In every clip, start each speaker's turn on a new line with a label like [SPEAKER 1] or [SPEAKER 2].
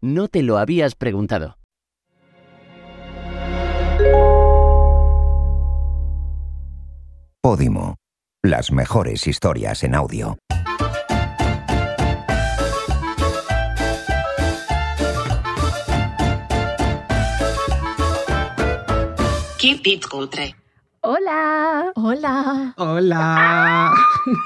[SPEAKER 1] No te lo habías preguntado.
[SPEAKER 2] Podimo. Las mejores historias en audio.
[SPEAKER 3] Keep it cutre.
[SPEAKER 4] Hola, hola.
[SPEAKER 5] Hola.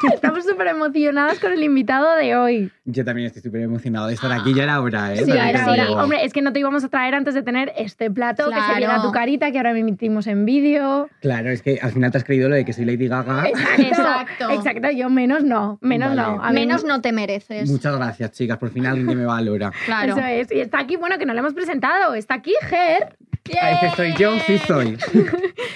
[SPEAKER 6] Ah,
[SPEAKER 4] Estamos súper emocionadas con el invitado de hoy.
[SPEAKER 5] Yo también estoy súper emocionado de estar aquí. Ya era hora, ¿eh?
[SPEAKER 4] Sí,
[SPEAKER 5] También
[SPEAKER 4] ahora,
[SPEAKER 5] te
[SPEAKER 4] ahora.
[SPEAKER 5] digo.
[SPEAKER 4] Hombre, es que no te íbamos a traer antes de tener este plato que se
[SPEAKER 6] Claro.
[SPEAKER 4] viera tu carita, que ahora emitimos en vídeo.
[SPEAKER 5] Claro, es que al final te has creído lo de que soy Lady Gaga.
[SPEAKER 6] Exacto.
[SPEAKER 4] Exacto, yo menos no, menos
[SPEAKER 5] Vale.
[SPEAKER 4] no. A mí-
[SPEAKER 6] Menos no te mereces.
[SPEAKER 5] Muchas gracias, chicas. Por fin alguien que me valora.
[SPEAKER 6] Claro.
[SPEAKER 4] Eso es. Y está aquí, bueno, que no le hemos presentado. Está aquí Ger.
[SPEAKER 5] A veces soy yo, sí soy.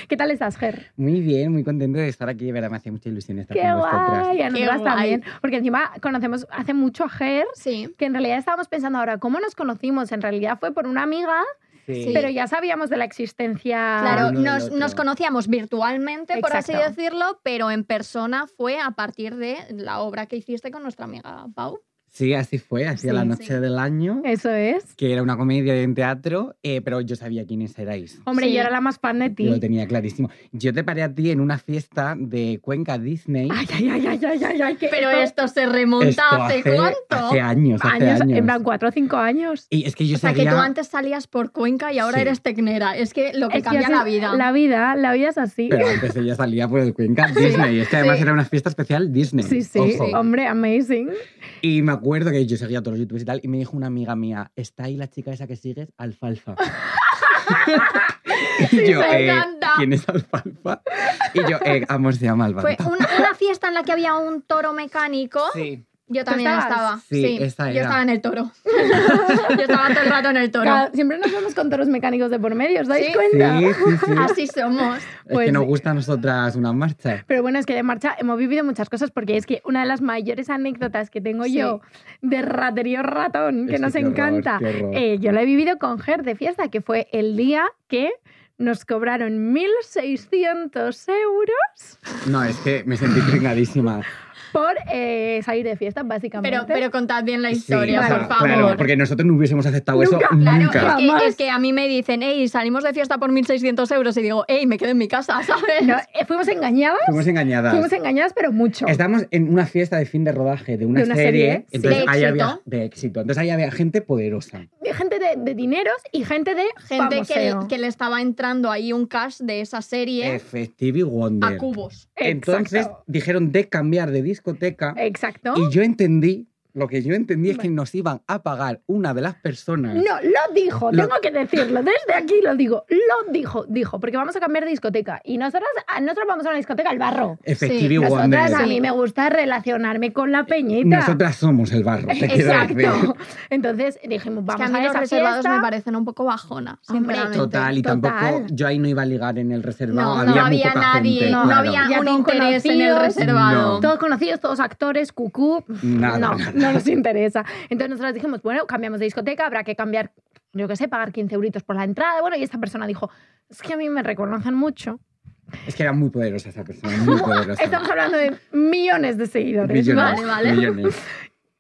[SPEAKER 4] ¿Qué tal estás, Ger?
[SPEAKER 5] Muy bien, muy contento de estar aquí. De verdad, me hace mucha ilusión estar
[SPEAKER 4] Qué
[SPEAKER 5] con vosotras.
[SPEAKER 4] guay, a nosotras
[SPEAKER 6] guay.
[SPEAKER 4] también. Porque encima conocemos hace mucho a Ger,
[SPEAKER 6] Sí.
[SPEAKER 4] que en realidad estábamos pensando ahora, ¿cómo nos conocimos? En realidad fue por una amiga
[SPEAKER 6] Sí.
[SPEAKER 4] Pero ya sabíamos de la
[SPEAKER 5] Ah,
[SPEAKER 4] existencia.
[SPEAKER 6] Claro,
[SPEAKER 5] uno del
[SPEAKER 6] nos,
[SPEAKER 5] otro.
[SPEAKER 6] nos conocíamos virtualmente, por así
[SPEAKER 4] Exacto.
[SPEAKER 6] decirlo, pero en persona fue a partir de la obra que hiciste con nuestra amiga Pau.
[SPEAKER 5] Sí, así fue, así a
[SPEAKER 6] Sí,
[SPEAKER 5] la noche
[SPEAKER 6] sí.
[SPEAKER 5] del año,
[SPEAKER 4] Eso es.
[SPEAKER 5] que era una comedia en teatro, eh, pero yo sabía quiénes erais.
[SPEAKER 4] Hombre,
[SPEAKER 6] Sí.
[SPEAKER 4] yo era la más fan de Oh, ti.
[SPEAKER 5] Lo tenía clarísimo. Yo te paré a ti en una fiesta de Cuenca Disney.
[SPEAKER 4] Ay, ay, ay, ay, ay, ay, ay, que
[SPEAKER 6] Pero
[SPEAKER 4] esto-
[SPEAKER 6] esto se remonta
[SPEAKER 5] Esto
[SPEAKER 6] hace, cuánto.
[SPEAKER 5] Hace años, hace
[SPEAKER 4] años,
[SPEAKER 5] años.
[SPEAKER 4] en plan cuatro o cinco años.
[SPEAKER 5] Y es que yo
[SPEAKER 6] o sea,
[SPEAKER 5] sabía...
[SPEAKER 6] que tú antes salías por Cuenca y ahora
[SPEAKER 5] Sí.
[SPEAKER 6] eres tecnera. Es que lo que
[SPEAKER 4] Es que
[SPEAKER 6] cambia
[SPEAKER 4] así-
[SPEAKER 6] la vida.
[SPEAKER 4] La vida, la vida es así.
[SPEAKER 5] Pero antes ella salía por el Cuenca Disney. Es que además
[SPEAKER 6] sí.
[SPEAKER 5] era una fiesta especial Disney.
[SPEAKER 4] Sí, sí,
[SPEAKER 5] Ojo.
[SPEAKER 4] hombre, amazing.
[SPEAKER 5] Y me acuerdo que yo seguía a todos los youtubers y tal, y me dijo una amiga mía, está ahí la chica esa que sigues, Alfalfa. y yo,
[SPEAKER 6] me
[SPEAKER 5] eh,
[SPEAKER 6] encanta.
[SPEAKER 5] ¿quién es Alfalfa? Y yo, eh, amor, se llama Alfalfa.
[SPEAKER 6] Fue una, una fiesta en la que había un toro mecánico.
[SPEAKER 5] Sí.
[SPEAKER 6] Yo también
[SPEAKER 4] estabas?
[SPEAKER 6] estaba.
[SPEAKER 5] Sí, esa
[SPEAKER 6] Yo
[SPEAKER 5] era.
[SPEAKER 6] estaba en el toro. yo estaba todo el rato en el toro.
[SPEAKER 4] Cada- siempre nos vemos con toros mecánicos de por medio, ¿os dais
[SPEAKER 6] Sí.
[SPEAKER 5] Sí,
[SPEAKER 4] cuenta?
[SPEAKER 5] sí, sí.
[SPEAKER 6] Así somos.
[SPEAKER 5] es que
[SPEAKER 4] Pues-
[SPEAKER 5] nos gusta a nosotras una marcha.
[SPEAKER 4] Pero bueno, es que de marcha hemos vivido muchas cosas porque es que una de las mayores anécdotas que tengo
[SPEAKER 6] Sí.
[SPEAKER 4] yo de raterío ratón, que
[SPEAKER 5] Es que
[SPEAKER 4] nos
[SPEAKER 5] qué horror,
[SPEAKER 4] encanta,
[SPEAKER 5] qué horror.
[SPEAKER 4] eh, yo la he vivido con Ger de fiesta, que fue el día que nos cobraron 1.600 euros
[SPEAKER 5] No, es que me sentí tringadísima.
[SPEAKER 4] por eh, salir de fiesta, básicamente.
[SPEAKER 6] Pero, pero contad bien la
[SPEAKER 5] Sí,
[SPEAKER 6] historia,
[SPEAKER 5] o sea,
[SPEAKER 6] por favor.
[SPEAKER 5] Claro, porque nosotros no hubiésemos aceptado eso
[SPEAKER 4] Nunca,
[SPEAKER 5] nunca.
[SPEAKER 6] Claro, es
[SPEAKER 4] Jamás.
[SPEAKER 6] que, es que a mí me dicen, hey, salimos de fiesta por 1.600 euros y digo, hey, me quedo en mi casa, ¿sabes?
[SPEAKER 4] No, eh, fuimos engañadas,
[SPEAKER 5] Fuimos engañadas.
[SPEAKER 4] fuimos engañadas, pero mucho.
[SPEAKER 5] Estábamos en una fiesta de fin de rodaje de una,
[SPEAKER 4] De una serie,
[SPEAKER 5] serie,
[SPEAKER 4] sí.
[SPEAKER 5] entonces
[SPEAKER 6] De
[SPEAKER 5] ahí
[SPEAKER 6] éxito.
[SPEAKER 5] había de éxito. Entonces ahí había gente poderosa.
[SPEAKER 4] Gente de, de dineros y gente de
[SPEAKER 6] Gente que,
[SPEAKER 4] famoseo.
[SPEAKER 6] que le estaba entrando ahí un cash de esa serie
[SPEAKER 5] Efectivo y Wonder.
[SPEAKER 6] a cubos.
[SPEAKER 5] Entonces
[SPEAKER 4] Exacto.
[SPEAKER 5] dijeron de cambiar de discoteca
[SPEAKER 4] Exacto.
[SPEAKER 5] y yo entendí, lo que yo entendí es que nos iban a pagar una de las personas.
[SPEAKER 4] No, lo dijo,
[SPEAKER 5] Lo-
[SPEAKER 4] tengo que decirlo, desde aquí lo digo, lo dijo, dijo, porque vamos a cambiar de discoteca y nosotras, a- nosotros vamos a una discoteca al barro.
[SPEAKER 5] Efectivo
[SPEAKER 6] Sí,
[SPEAKER 5] y Wonder.
[SPEAKER 4] Nosotras a
[SPEAKER 6] Sí.
[SPEAKER 4] mí me gusta relacionarme con la peñita.
[SPEAKER 5] Nosotras somos el barro, te quiero decir.
[SPEAKER 4] Exacto. Entonces dijimos,
[SPEAKER 6] Es que
[SPEAKER 4] vamos
[SPEAKER 6] a mí
[SPEAKER 4] a,
[SPEAKER 6] los
[SPEAKER 4] esa
[SPEAKER 6] reservados
[SPEAKER 4] fiesta.
[SPEAKER 6] me parecen un poco bajona,
[SPEAKER 4] Hombre,
[SPEAKER 6] sinceramente.
[SPEAKER 5] Total, y
[SPEAKER 4] Total.
[SPEAKER 5] tampoco yo ahí no iba a ligar en el reservado.
[SPEAKER 6] No, no
[SPEAKER 5] había muy
[SPEAKER 6] había
[SPEAKER 5] poca
[SPEAKER 6] nadie,
[SPEAKER 5] gente,
[SPEAKER 6] no
[SPEAKER 5] claro.
[SPEAKER 6] había
[SPEAKER 4] Ya
[SPEAKER 6] un
[SPEAKER 4] todos
[SPEAKER 6] interés en el
[SPEAKER 4] conocidos.
[SPEAKER 6] reservado.
[SPEAKER 4] Todos conocidos, todos actores, cucú.
[SPEAKER 5] Nada,
[SPEAKER 4] no,
[SPEAKER 5] nada.
[SPEAKER 4] no nos interesa. Entonces nosotros dijimos, bueno, cambiamos de discoteca, habrá que cambiar, yo qué sé, pagar 15 euritos por la entrada. Bueno, y esta persona dijo, es que a mí me reconocen mucho.
[SPEAKER 5] Es que era muy poderosa esa persona, muy poderosa.
[SPEAKER 4] Estamos hablando de millones de seguidores.
[SPEAKER 5] Pues Millones,
[SPEAKER 6] Vale, vale.
[SPEAKER 5] millones.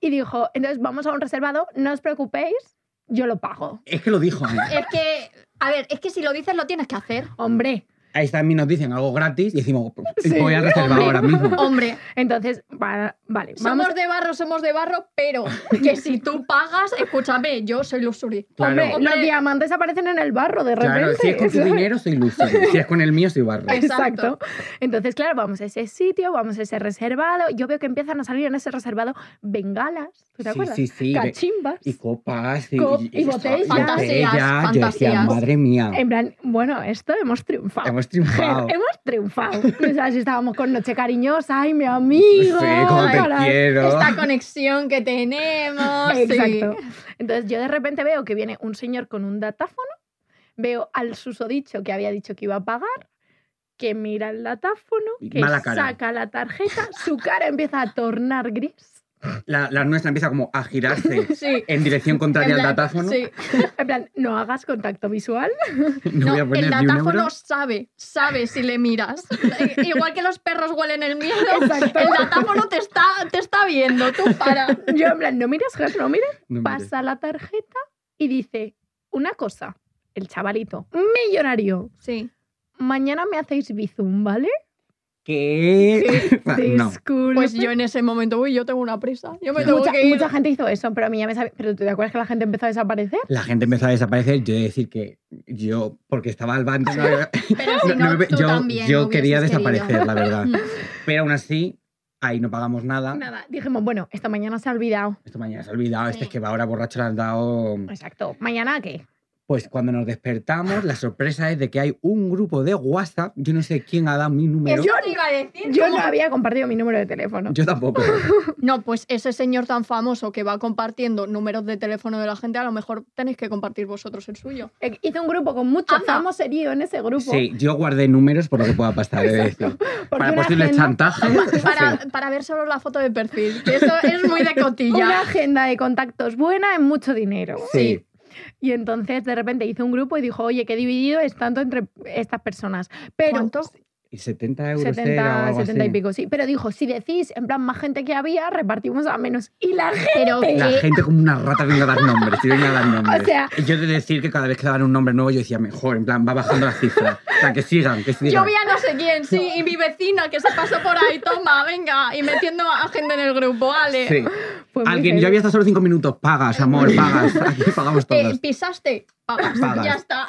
[SPEAKER 4] Y dijo, entonces vamos a un reservado, no os preocupéis, yo lo pago.
[SPEAKER 5] Es que lo dijo. ¿eh?
[SPEAKER 6] Es que, a ver, es que si lo dices lo tienes que hacer.
[SPEAKER 4] Hombre,
[SPEAKER 5] Ahí también nos dicen algo gratis y decimos, "Pues,
[SPEAKER 4] Sí.
[SPEAKER 5] voy a reservar ahora mismo.
[SPEAKER 6] Hombre,
[SPEAKER 4] entonces, va- vale, vamos.
[SPEAKER 6] somos de barro, somos de barro, pero que si tú pagas, escúchame, yo soy Luxury.
[SPEAKER 5] Claro.
[SPEAKER 4] Hombre,
[SPEAKER 6] Hombre.
[SPEAKER 4] los diamantes aparecen en el barro de repente.
[SPEAKER 5] Claro, si es con tu
[SPEAKER 4] ¿sabes?
[SPEAKER 5] dinero soy luso, si es con el mío soy barro.
[SPEAKER 4] Exacto. Entonces, claro, vamos a ese sitio, vamos a ese reservado. Yo veo que empiezan a salir en ese reservado bengalas, ¿tú te
[SPEAKER 5] Sí,
[SPEAKER 4] acuerdas?
[SPEAKER 5] sí, sí, de-
[SPEAKER 4] Cachimbas.
[SPEAKER 5] Y copas y,
[SPEAKER 4] Cop- y
[SPEAKER 5] esto,
[SPEAKER 4] botellas. Em,
[SPEAKER 6] Fantasías,
[SPEAKER 5] Yo decía,
[SPEAKER 6] fantasías.
[SPEAKER 5] madre mía,
[SPEAKER 4] En plan, bueno, esto hemos triunfado.
[SPEAKER 5] hemos triunfado.
[SPEAKER 4] Hemos triunfado. O sea, si estábamos con Noche Cariñosa, ay, mi amigo.
[SPEAKER 5] Sí, como te
[SPEAKER 4] caray.
[SPEAKER 5] quiero.
[SPEAKER 6] Esta conexión que tenemos. sí.
[SPEAKER 4] Exacto. Entonces yo de repente veo que viene un señor con un datáfono, veo al susodicho que había dicho que iba a pagar, que mira el datáfono,
[SPEAKER 5] Y
[SPEAKER 4] que
[SPEAKER 5] mala cara.
[SPEAKER 4] saca la tarjeta, su cara empieza a tornar gris.
[SPEAKER 5] La, la nuestra empieza como a girarse
[SPEAKER 6] Sí.
[SPEAKER 5] en dirección contraria
[SPEAKER 6] En plan,
[SPEAKER 5] al ¿Eh? datáfono.
[SPEAKER 6] Sí.
[SPEAKER 4] En plan, no hagas contacto visual.
[SPEAKER 5] No, voy a
[SPEAKER 6] No,
[SPEAKER 5] poner
[SPEAKER 6] el
[SPEAKER 5] ni un euro.
[SPEAKER 6] datáfono sabe, sabe si le miras. Igual que los perros huelen el miedo,
[SPEAKER 4] Exacto.
[SPEAKER 6] el datáfono te está, te está viendo, tú para.
[SPEAKER 4] Yo en plan, no miras, Ger, no miras.
[SPEAKER 5] No mires.
[SPEAKER 4] Pasa la tarjeta y dice, una cosa, el chavalito, millonario,
[SPEAKER 6] Sí.
[SPEAKER 4] mañana me hacéis bizum, ¿vale?
[SPEAKER 5] ¿Qué? No.
[SPEAKER 4] Disculpe.
[SPEAKER 6] Pues yo en ese momento, uy, yo tengo una prisa. Yo me
[SPEAKER 5] Sí.
[SPEAKER 6] tengo
[SPEAKER 4] mucha,
[SPEAKER 6] que ir.
[SPEAKER 4] mucha gente hizo eso, pero a mí ya me sabía. Pero ¿te acuerdas que la gente empezó a desaparecer?
[SPEAKER 5] La gente empezó a desaparecer. Yo he de decir que yo, porque estaba al bando, no había-
[SPEAKER 6] Pero si
[SPEAKER 5] no,
[SPEAKER 6] no,
[SPEAKER 5] no me-
[SPEAKER 6] tú
[SPEAKER 5] yo,
[SPEAKER 6] también
[SPEAKER 5] yo
[SPEAKER 6] hubieses querido.
[SPEAKER 5] quería desaparecer, la verdad. Pero aún así, ahí no pagamos nada.
[SPEAKER 4] Nada, dijimos, bueno, esta mañana se ha olvidado.
[SPEAKER 5] Esto mañana se ha olvidado, este
[SPEAKER 6] Sí.
[SPEAKER 5] es que va ahora borracho le han dado.
[SPEAKER 4] Exacto. ¿Mañana qué?
[SPEAKER 5] Pues cuando nos despertamos, la sorpresa es de que hay un grupo de WhatsApp. Yo no sé quién ha dado mi número.
[SPEAKER 4] Yo-
[SPEAKER 6] Yo te iba a decir.
[SPEAKER 4] Yo
[SPEAKER 6] ¿cómo?
[SPEAKER 4] no había compartido mi número de teléfono.
[SPEAKER 5] Yo tampoco.
[SPEAKER 6] No, pues ese señor tan famoso que va compartiendo números de teléfono de la gente, a lo mejor tenéis que compartir vosotros el suyo.
[SPEAKER 4] Eh, Hice un grupo con mucho
[SPEAKER 6] Anda.
[SPEAKER 4] famoserío en ese grupo.
[SPEAKER 5] Sí, yo guardé números por lo que pueda pasar, he de decir.
[SPEAKER 4] porque
[SPEAKER 5] Para
[SPEAKER 4] una
[SPEAKER 5] posibles
[SPEAKER 4] agenda-
[SPEAKER 5] chantajes.
[SPEAKER 6] Para,
[SPEAKER 5] sí.
[SPEAKER 6] para ver solo la foto de perfil, que eso es muy de
[SPEAKER 4] Una
[SPEAKER 6] cotilla.
[SPEAKER 4] agenda de contactos buena en mucho dinero.
[SPEAKER 5] Sí.
[SPEAKER 4] Y entonces de repente hizo un grupo y dijo, oye, qué dividido es tanto entre estas personas. Pero
[SPEAKER 6] ¿Cuánto?
[SPEAKER 5] Y 70 euros era o
[SPEAKER 4] 70,
[SPEAKER 5] algo
[SPEAKER 4] 70 y
[SPEAKER 5] así.
[SPEAKER 4] pico, sí. Pero dijo, si decís, en plan, más gente que había, repartimos a menos. Y la gente...
[SPEAKER 6] Pero que-
[SPEAKER 5] La gente como una rata viene a dar nombres, y viene a dar nombres.
[SPEAKER 4] O sea-
[SPEAKER 5] Y yo he de decir que cada vez que daban un nombre nuevo yo decía, mejor, en plan, va bajando la cifra. O sea, que sigan, que sigan.
[SPEAKER 6] Yo vi a no sé quién, sí, y mi vecina que se pasó por ahí, toma, venga, y metiendo a gente en el grupo, vale.
[SPEAKER 5] Sí.
[SPEAKER 6] Pues
[SPEAKER 4] Fue muy
[SPEAKER 5] Alguien, yo
[SPEAKER 4] heavy.
[SPEAKER 5] había estado solo cinco minutos. Pagas, amor, pagas. Aquí pagamos
[SPEAKER 6] Te
[SPEAKER 5] todos.
[SPEAKER 6] pisaste, pagas,
[SPEAKER 5] Pagas.
[SPEAKER 6] ya está.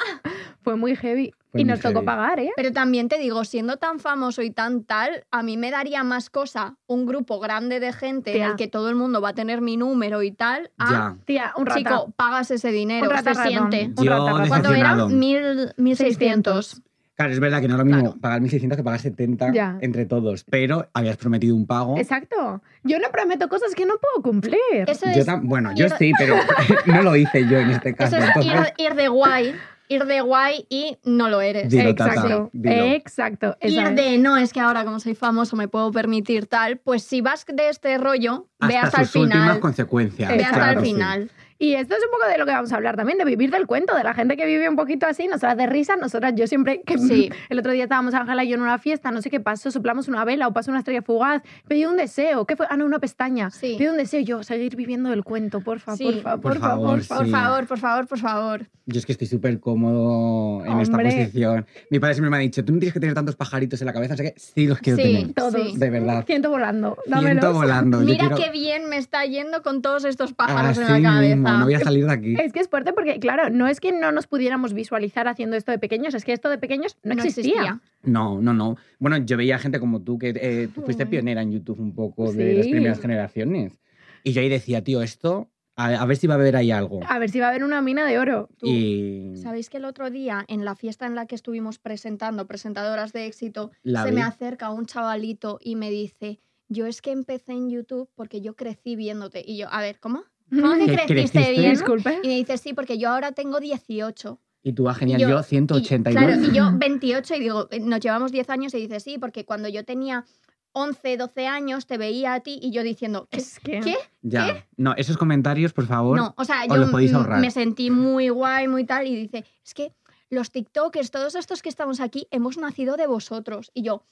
[SPEAKER 4] Fue muy heavy.
[SPEAKER 5] Fue
[SPEAKER 4] y
[SPEAKER 5] muy
[SPEAKER 4] nos tocó
[SPEAKER 5] heavy.
[SPEAKER 4] pagar, ¿eh?
[SPEAKER 6] Pero también te digo, siendo tan famoso y tan tal, a mí me daría más cosa un grupo grande de gente en
[SPEAKER 4] Ya.
[SPEAKER 6] el que todo el mundo va a tener mi número y tal. A,
[SPEAKER 5] Ya.
[SPEAKER 4] Tía, un rato.
[SPEAKER 6] chico, pagas ese dinero,
[SPEAKER 4] Un rata
[SPEAKER 6] se
[SPEAKER 4] ratón.
[SPEAKER 6] siente.
[SPEAKER 4] Un
[SPEAKER 5] Yo
[SPEAKER 4] rata,
[SPEAKER 6] ¿Cuánto
[SPEAKER 4] Decepcionado.
[SPEAKER 6] era?
[SPEAKER 5] decepcionado.
[SPEAKER 6] Mil, 1600.
[SPEAKER 5] Claro, es verdad que no es lo mismo
[SPEAKER 6] Claro.
[SPEAKER 5] pagar 1.600 que pagar 70
[SPEAKER 4] Ya.
[SPEAKER 5] entre todos. Pero habías prometido un pago.
[SPEAKER 4] Exacto. Yo no prometo cosas que no puedo cumplir.
[SPEAKER 6] Eso
[SPEAKER 5] Yo
[SPEAKER 6] es,
[SPEAKER 5] tam- bueno, yo
[SPEAKER 6] Mierda.
[SPEAKER 5] sí, pero no lo hice yo en este caso.
[SPEAKER 6] eso es ir,
[SPEAKER 5] Entonces,
[SPEAKER 6] ir de guay, ir de guay y no lo eres.
[SPEAKER 5] Dilo, Tata,
[SPEAKER 4] Exacto.
[SPEAKER 5] dilo.
[SPEAKER 6] Eh,
[SPEAKER 4] Exacto. Esa
[SPEAKER 6] Ir
[SPEAKER 4] es.
[SPEAKER 6] de no, es que ahora como soy famoso me puedo permitir tal, pues si vas de este rollo, ve
[SPEAKER 5] hasta
[SPEAKER 6] hasta el
[SPEAKER 5] sus últimas
[SPEAKER 6] final.
[SPEAKER 5] consecuencias.
[SPEAKER 6] Ve hasta
[SPEAKER 5] claro,
[SPEAKER 6] el
[SPEAKER 5] sí.
[SPEAKER 6] final.
[SPEAKER 4] Y esto es un poco de lo que vamos a hablar también, de vivir del cuento, de la gente que vive un poquito así, nosotras de risa, nosotras yo siempre que
[SPEAKER 6] Sí.
[SPEAKER 4] el otro día estábamos Ángela y yo en una fiesta, no sé qué pasó, soplamos una vela o pasó una estrella fugaz, pedí un deseo, ¿qué fue? Ah, no, una pestaña.
[SPEAKER 6] Sí.
[SPEAKER 4] Pedí un deseo, yo seguir viviendo del cuento, porfa,
[SPEAKER 6] Sí.
[SPEAKER 4] porfa,
[SPEAKER 5] Por
[SPEAKER 4] porfa,
[SPEAKER 5] favor,
[SPEAKER 4] porfa.
[SPEAKER 6] Por
[SPEAKER 5] Sí.
[SPEAKER 6] favor, por favor, por favor.
[SPEAKER 5] Yo es que estoy súper cómodo en esta
[SPEAKER 4] Hombre.
[SPEAKER 5] posición. Mi padre siempre me ha dicho, tú no tienes que tener tantos pajaritos en la cabeza, o sea que sí los quiero
[SPEAKER 6] Sí.
[SPEAKER 5] tener.
[SPEAKER 4] Todos.
[SPEAKER 5] De verdad.
[SPEAKER 4] Siento volando.
[SPEAKER 5] Siento
[SPEAKER 4] dámelos.
[SPEAKER 5] volando. yo
[SPEAKER 6] Mira
[SPEAKER 5] quiero- Ah,
[SPEAKER 6] qué bien me está yendo con todos estos pájaros
[SPEAKER 5] Así
[SPEAKER 6] en la cabeza.
[SPEAKER 5] mismo, no voy a salir de aquí.
[SPEAKER 4] Es que es fuerte porque, claro, no es que no nos pudiéramos visualizar haciendo esto de pequeños, es que esto de pequeños no, existía.
[SPEAKER 5] No, no, no. Bueno, yo veía gente como tú que eh, tú fuiste
[SPEAKER 6] Joder.
[SPEAKER 5] pionera en YouTube un poco de las
[SPEAKER 4] Sí.
[SPEAKER 5] primeras generaciones. Y yo ahí decía, tío, esto, a, a ver si va a haber ahí algo.
[SPEAKER 4] A ver si va a haber una mina de oro.
[SPEAKER 5] Y
[SPEAKER 6] ¿Sabéis que el otro día, en la fiesta en la que estuvimos presentando, presentadoras de éxito,
[SPEAKER 5] La
[SPEAKER 6] se
[SPEAKER 5] vi.
[SPEAKER 6] me acerca un chavalito y me dice, yo es que empecé en YouTube porque yo crecí viéndote. Y yo, a ver, ¿cómo? ¿Cómo que
[SPEAKER 5] ¿Que
[SPEAKER 6] creciste
[SPEAKER 5] creciste?
[SPEAKER 6] bien?
[SPEAKER 4] Disculpe.
[SPEAKER 6] Y me dice, sí, porque yo ahora tengo 18.
[SPEAKER 5] y tú, ah, genial,
[SPEAKER 6] yo-
[SPEAKER 5] yo,
[SPEAKER 6] Y-
[SPEAKER 5] 182.
[SPEAKER 6] Claro, y yo 28 y digo, eh, nos llevamos 10 años y dice, sí, porque cuando yo tenía 11, 12 años te veía a ti y yo diciendo, ¿qué?
[SPEAKER 4] Es que...
[SPEAKER 6] ¿Qué?
[SPEAKER 5] ya. No, esos comentarios, por favor.
[SPEAKER 6] No, o sea,
[SPEAKER 5] os
[SPEAKER 6] yo
[SPEAKER 5] lo podéis
[SPEAKER 6] mm,
[SPEAKER 5] ahorrar.
[SPEAKER 6] me sentí muy guay, muy tal, y dice, es que los TikTokers, todos estos que estamos aquí, hemos nacido de vosotros. Y yo,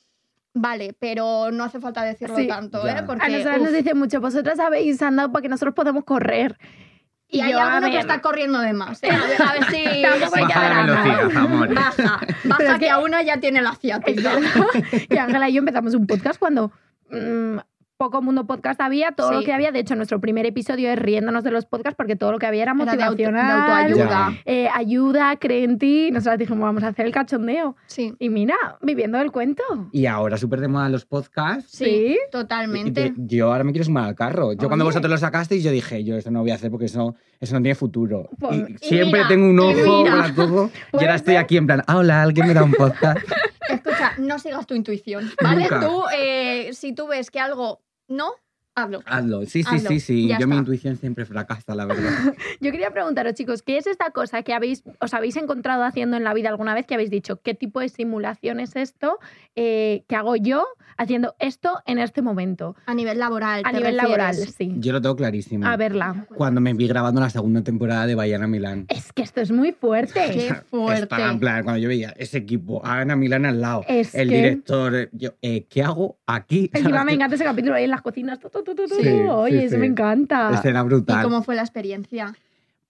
[SPEAKER 6] vale, pero no hace falta decirlo
[SPEAKER 4] Sí.
[SPEAKER 6] tanto,
[SPEAKER 5] Ya.
[SPEAKER 6] ¿eh? Porque,
[SPEAKER 4] A nosotras Ah, nos
[SPEAKER 6] uf,
[SPEAKER 4] dice mucho, vosotras habéis andado para que nosotros podamos correr.
[SPEAKER 6] y hay
[SPEAKER 4] yo, "Ah, a
[SPEAKER 6] alguno que
[SPEAKER 4] ver.
[SPEAKER 6] está corriendo de más. ¿eh? A ver, a ver si...
[SPEAKER 4] Tampoco hay que
[SPEAKER 5] Baja la
[SPEAKER 4] dar a-
[SPEAKER 5] velocidad, amor.
[SPEAKER 6] Baja,
[SPEAKER 4] Pero
[SPEAKER 6] baja
[SPEAKER 4] es
[SPEAKER 6] que
[SPEAKER 4] que-
[SPEAKER 6] a una ya tiene la ciática.
[SPEAKER 4] que Ángela y yo empezamos un podcast cuando mm, poco mundo podcast había, todo
[SPEAKER 6] Sí.
[SPEAKER 4] lo que había. De hecho, nuestro primer episodio es riéndonos de los podcasts porque todo lo que había era
[SPEAKER 6] Era de, auto- Ah, de
[SPEAKER 4] motivacional.
[SPEAKER 6] autoayuda.
[SPEAKER 4] eh, ayuda, cree en ti. Nosotras dijimos, vamos a hacer el cachondeo.
[SPEAKER 6] Sí,
[SPEAKER 4] Y mira, viviendo el cuento.
[SPEAKER 5] Y ahora, súper de moda los podcasts.
[SPEAKER 6] sí,
[SPEAKER 4] Sí.
[SPEAKER 6] totalmente.
[SPEAKER 5] Y- y- Yo ahora me quiero sumar al carro. Yo cuando
[SPEAKER 4] Oye.
[SPEAKER 5] vosotros lo sacasteis, yo dije, yo esto no lo voy a hacer porque eso, eso no tiene futuro.
[SPEAKER 4] Pues-
[SPEAKER 5] y
[SPEAKER 6] y
[SPEAKER 5] siempre
[SPEAKER 6] mira,
[SPEAKER 5] tengo un
[SPEAKER 6] y
[SPEAKER 5] ojo
[SPEAKER 6] mira.
[SPEAKER 5] para todo. Y
[SPEAKER 4] Puede
[SPEAKER 5] ahora estoy
[SPEAKER 4] ser.
[SPEAKER 5] aquí en plan, ah, hola, alguien me da un podcast.
[SPEAKER 6] Escucha, no sigas tu intuición, ¿vale?
[SPEAKER 5] Nunca.
[SPEAKER 6] Tú, eh, si tú ves que algo no, Hazlo.
[SPEAKER 5] Hazlo. Sí, sí,
[SPEAKER 6] Hazlo,
[SPEAKER 5] sí, sí. Yo
[SPEAKER 6] ya
[SPEAKER 5] mi
[SPEAKER 6] está.
[SPEAKER 5] intuición siempre fracasa, la verdad.
[SPEAKER 4] Yo quería preguntaros, chicos, ¿qué es esta cosa que habéis, os habéis encontrado haciendo en la vida alguna vez que habéis dicho qué tipo de simulación es esto eh, que hago yo haciendo esto en este momento?
[SPEAKER 6] A nivel laboral.
[SPEAKER 4] A
[SPEAKER 6] ¿te
[SPEAKER 4] nivel laboral,
[SPEAKER 6] refieres?
[SPEAKER 4] sí.
[SPEAKER 5] Yo lo tengo clarísimo.
[SPEAKER 4] A verla.
[SPEAKER 5] Cuando me vi grabando la segunda temporada de Bayana Milán.
[SPEAKER 4] Es que esto es muy fuerte.
[SPEAKER 6] Qué
[SPEAKER 5] Estaba en
[SPEAKER 6] fuerte.
[SPEAKER 5] plan, cuando yo veía ese equipo, a Ana Milán al lado,
[SPEAKER 4] Es
[SPEAKER 5] el
[SPEAKER 4] que-
[SPEAKER 5] director, eh, yo, eh, ¿qué hago aquí?
[SPEAKER 4] Encima
[SPEAKER 5] ¿Sabes?
[SPEAKER 4] me encanta ese capítulo ahí en las cocinas. tu, tu, tu, tu, tu.
[SPEAKER 5] Sí, sí,
[SPEAKER 4] Oye, eso
[SPEAKER 5] sí.
[SPEAKER 4] me encanta.
[SPEAKER 5] Escena
[SPEAKER 6] ¿Y
[SPEAKER 5] brutal.
[SPEAKER 6] cómo fue la experiencia?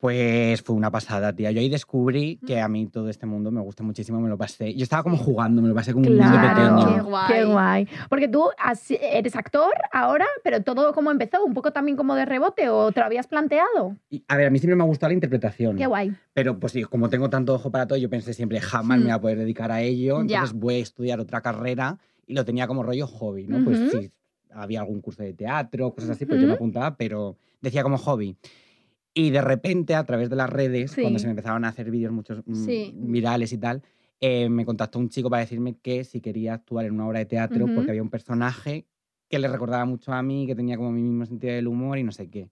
[SPEAKER 5] Pues fue una pasada, tía. Yo ahí descubrí
[SPEAKER 4] Mm.
[SPEAKER 5] que a mí todo este mundo me gusta muchísimo, me lo pasé. Yo estaba como jugando, me lo pasé como un niño
[SPEAKER 4] Claro,
[SPEAKER 5] pequeño.
[SPEAKER 6] Qué guay.
[SPEAKER 4] Qué guay. Porque tú has- eres actor ahora, pero todo como empezó, un poco también como de rebote, o te lo habías planteado.
[SPEAKER 5] Y, a ver, a mí siempre me ha gustado la interpretación.
[SPEAKER 4] Qué guay.
[SPEAKER 5] Pero pues sí, como tengo tanto ojo para todo, yo pensé siempre, jamás
[SPEAKER 6] Hmm.
[SPEAKER 5] me voy a poder dedicar a ello.
[SPEAKER 6] Ya.
[SPEAKER 5] Entonces voy a estudiar otra carrera y lo tenía como rollo hobby, ¿no? Pues
[SPEAKER 4] Ujú.
[SPEAKER 5] sí, había algún curso de teatro, cosas así, pues yo
[SPEAKER 4] Ujú.
[SPEAKER 5] me apuntaba, pero decía como hobby. Y de repente, a través de las redes, cuando
[SPEAKER 4] Sí.
[SPEAKER 5] se me empezaron a hacer vídeos muchos mm,
[SPEAKER 6] Sí.
[SPEAKER 5] virales y tal, eh, me contactó un chico para decirme que si quería actuar en una obra de teatro
[SPEAKER 4] Ujú.
[SPEAKER 5] porque había un personaje que le recordaba mucho a mí, que tenía como mi mismo sentido del humor y no sé qué.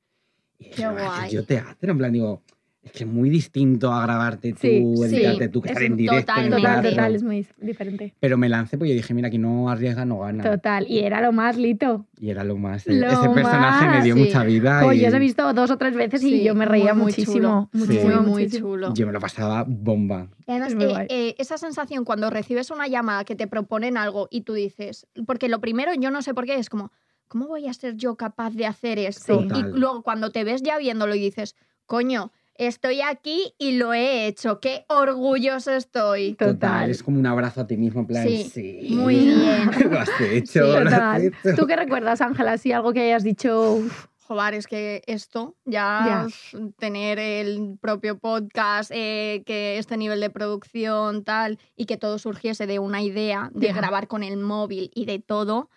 [SPEAKER 5] Y dije, "Ah,
[SPEAKER 6] guay.
[SPEAKER 5] Yo teatro, en plan, digo, es que es muy distinto a grabarte tú,
[SPEAKER 4] Sí,
[SPEAKER 6] sí.
[SPEAKER 5] editarte tú, que
[SPEAKER 6] Es
[SPEAKER 5] estar en
[SPEAKER 6] un
[SPEAKER 5] directo.
[SPEAKER 6] total,
[SPEAKER 5] en
[SPEAKER 6] Total,
[SPEAKER 4] Total,
[SPEAKER 5] teatro.
[SPEAKER 4] total, es muy diferente.
[SPEAKER 5] Pero me lancé porque yo dije, mira, que no arriesga, no gana.
[SPEAKER 4] Total, y era lo más lito.
[SPEAKER 5] Y era lo más. eh,
[SPEAKER 4] Lo
[SPEAKER 5] ese personaje
[SPEAKER 4] más,
[SPEAKER 5] me dio
[SPEAKER 6] sí.
[SPEAKER 5] mucha vida.
[SPEAKER 4] Pues
[SPEAKER 5] y
[SPEAKER 4] yo os he visto dos o tres veces y
[SPEAKER 6] Sí,
[SPEAKER 4] yo me reía
[SPEAKER 6] muy, muy
[SPEAKER 4] muchísimo.
[SPEAKER 6] chulo.
[SPEAKER 4] muchísimo,
[SPEAKER 6] Muy, muy
[SPEAKER 4] muchísimo.
[SPEAKER 6] chulo.
[SPEAKER 5] yo me lo pasaba bomba.
[SPEAKER 6] Y además,
[SPEAKER 4] Es muy
[SPEAKER 6] eh,
[SPEAKER 4] guay.
[SPEAKER 6] eh, esa sensación cuando recibes una llamada que te proponen algo y tú dices, porque lo primero, yo no sé por qué, es como, ¿cómo voy a ser yo capaz de hacer esto?
[SPEAKER 4] Sí.
[SPEAKER 6] Y
[SPEAKER 5] Total.
[SPEAKER 6] luego cuando te ves ya viéndolo y dices, coño, estoy aquí y lo he hecho, qué orgulloso estoy.
[SPEAKER 4] Total.
[SPEAKER 5] Es como un abrazo a ti mismo, en plan,
[SPEAKER 6] Sí,
[SPEAKER 5] sí.
[SPEAKER 6] Muy bien.
[SPEAKER 5] lo has hecho,
[SPEAKER 6] Sí,
[SPEAKER 5] lo has
[SPEAKER 4] Total.
[SPEAKER 5] hecho.
[SPEAKER 4] ¿Tú qué recuerdas, Ángela? Si algo que hayas dicho. uf,
[SPEAKER 6] Joder, es que esto, ya, uf, tener el propio podcast, eh, que este nivel de producción, tal, y que todo surgiese de una idea de
[SPEAKER 4] Ya.
[SPEAKER 6] grabar con el móvil y de todo,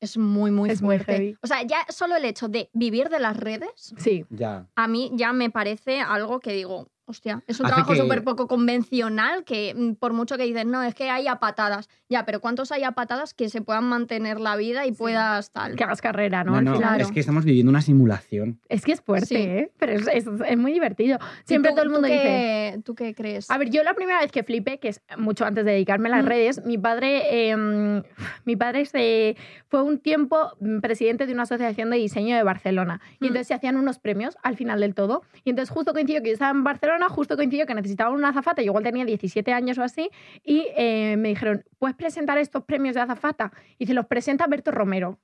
[SPEAKER 6] es muy, muy
[SPEAKER 4] Es muy
[SPEAKER 6] fuerte.
[SPEAKER 4] heavy.
[SPEAKER 6] O sea, ya solo el hecho de vivir de las redes,
[SPEAKER 4] Sí.
[SPEAKER 5] Ya.
[SPEAKER 6] a mí ya me parece algo que digo, hostia, es un
[SPEAKER 5] Hace
[SPEAKER 6] trabajo
[SPEAKER 5] que-
[SPEAKER 6] súper poco convencional que mm, por mucho que dices, no, es que hay a patadas. Ya, pero ¿cuántos hay a patadas que se puedan mantener la vida y puedas tal?
[SPEAKER 4] Que hagas carrera, ¿no?
[SPEAKER 5] No,
[SPEAKER 4] Al
[SPEAKER 5] no,
[SPEAKER 4] final.
[SPEAKER 5] es que estamos viviendo una simulación.
[SPEAKER 4] Es que es fuerte,
[SPEAKER 6] Sí.
[SPEAKER 4] ¿eh? Pero es, es- es muy divertido.
[SPEAKER 6] ¿Y
[SPEAKER 4] Siempre
[SPEAKER 6] tú-
[SPEAKER 4] todo el
[SPEAKER 6] tú
[SPEAKER 4] mundo dice.
[SPEAKER 6] qué- ¿Tú qué crees?
[SPEAKER 4] A ver, yo la primera vez que flipé, que es mucho antes de dedicarme a las
[SPEAKER 6] Mm.
[SPEAKER 4] redes, mi padre, eh, mi padre se, fue un tiempo mm, presidente de una asociación de diseño de Barcelona. Y
[SPEAKER 6] Mm.
[SPEAKER 4] entonces se hacían unos premios al final del todo. Y entonces justo coincidió que yo estaba en Barcelona, justo coincidió que necesitaban una azafata, yo igual tenía 17 años o así, y eh, me dijeron, ¿puedes presentar estos premios de azafata? Y se los presenta Berto Romero.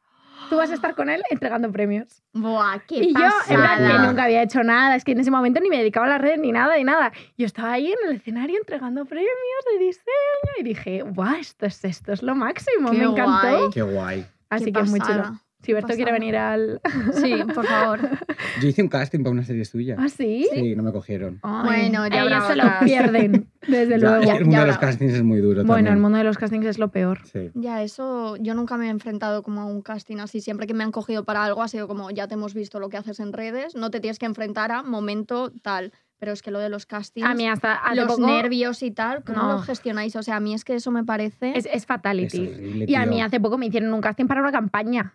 [SPEAKER 4] Tú vas a estar con él entregando premios.
[SPEAKER 6] Buah, qué
[SPEAKER 4] Y yo, en
[SPEAKER 6] pasada.
[SPEAKER 4] plan, que
[SPEAKER 5] pasada.
[SPEAKER 4] nunca había hecho nada, es que en ese momento ni me dedicaba a las redes ni nada, ni nada. Yo estaba ahí en el escenario entregando premios de diseño y dije, guau, esto es, esto es lo máximo,
[SPEAKER 6] Qué
[SPEAKER 4] me encantó.
[SPEAKER 6] guay.
[SPEAKER 5] Qué guay.
[SPEAKER 4] Así
[SPEAKER 6] Qué
[SPEAKER 4] que es muy
[SPEAKER 6] pasada.
[SPEAKER 4] chulo. Si Berto quiere
[SPEAKER 6] pasada.
[SPEAKER 4] venir al...
[SPEAKER 6] Sí, por favor.
[SPEAKER 5] Yo hice un casting para una serie suya.
[SPEAKER 4] ¿Ah, sí?
[SPEAKER 5] Sí, no me cogieron.
[SPEAKER 4] Ay,
[SPEAKER 6] Bueno, ya
[SPEAKER 4] ellas
[SPEAKER 6] habrá
[SPEAKER 4] se lo
[SPEAKER 6] otras.
[SPEAKER 4] pierden, desde
[SPEAKER 5] Ya,
[SPEAKER 4] luego.
[SPEAKER 6] Ya,
[SPEAKER 5] el mundo
[SPEAKER 6] ya
[SPEAKER 5] de los
[SPEAKER 6] habrá.
[SPEAKER 5] castings es muy duro
[SPEAKER 4] Bueno, el
[SPEAKER 5] también.
[SPEAKER 4] mundo de los castings es lo peor.
[SPEAKER 5] Sí.
[SPEAKER 6] Ya, eso yo nunca me he enfrentado como a un casting así. Siempre que me han cogido para algo ha sido como, ya te hemos visto lo que haces en redes, no te tienes que enfrentar a momento tal. Pero es que lo de los castings,
[SPEAKER 4] A mí hasta hace
[SPEAKER 6] los
[SPEAKER 4] poco
[SPEAKER 6] nervios y tal, ¿cómo
[SPEAKER 4] No.
[SPEAKER 6] lo gestionáis? O sea, a mí es que eso me parece...
[SPEAKER 4] es, es
[SPEAKER 5] Es
[SPEAKER 4] fatality.
[SPEAKER 5] horrible,
[SPEAKER 4] Y a
[SPEAKER 5] tío.
[SPEAKER 4] mí hace poco me hicieron un casting para una campaña.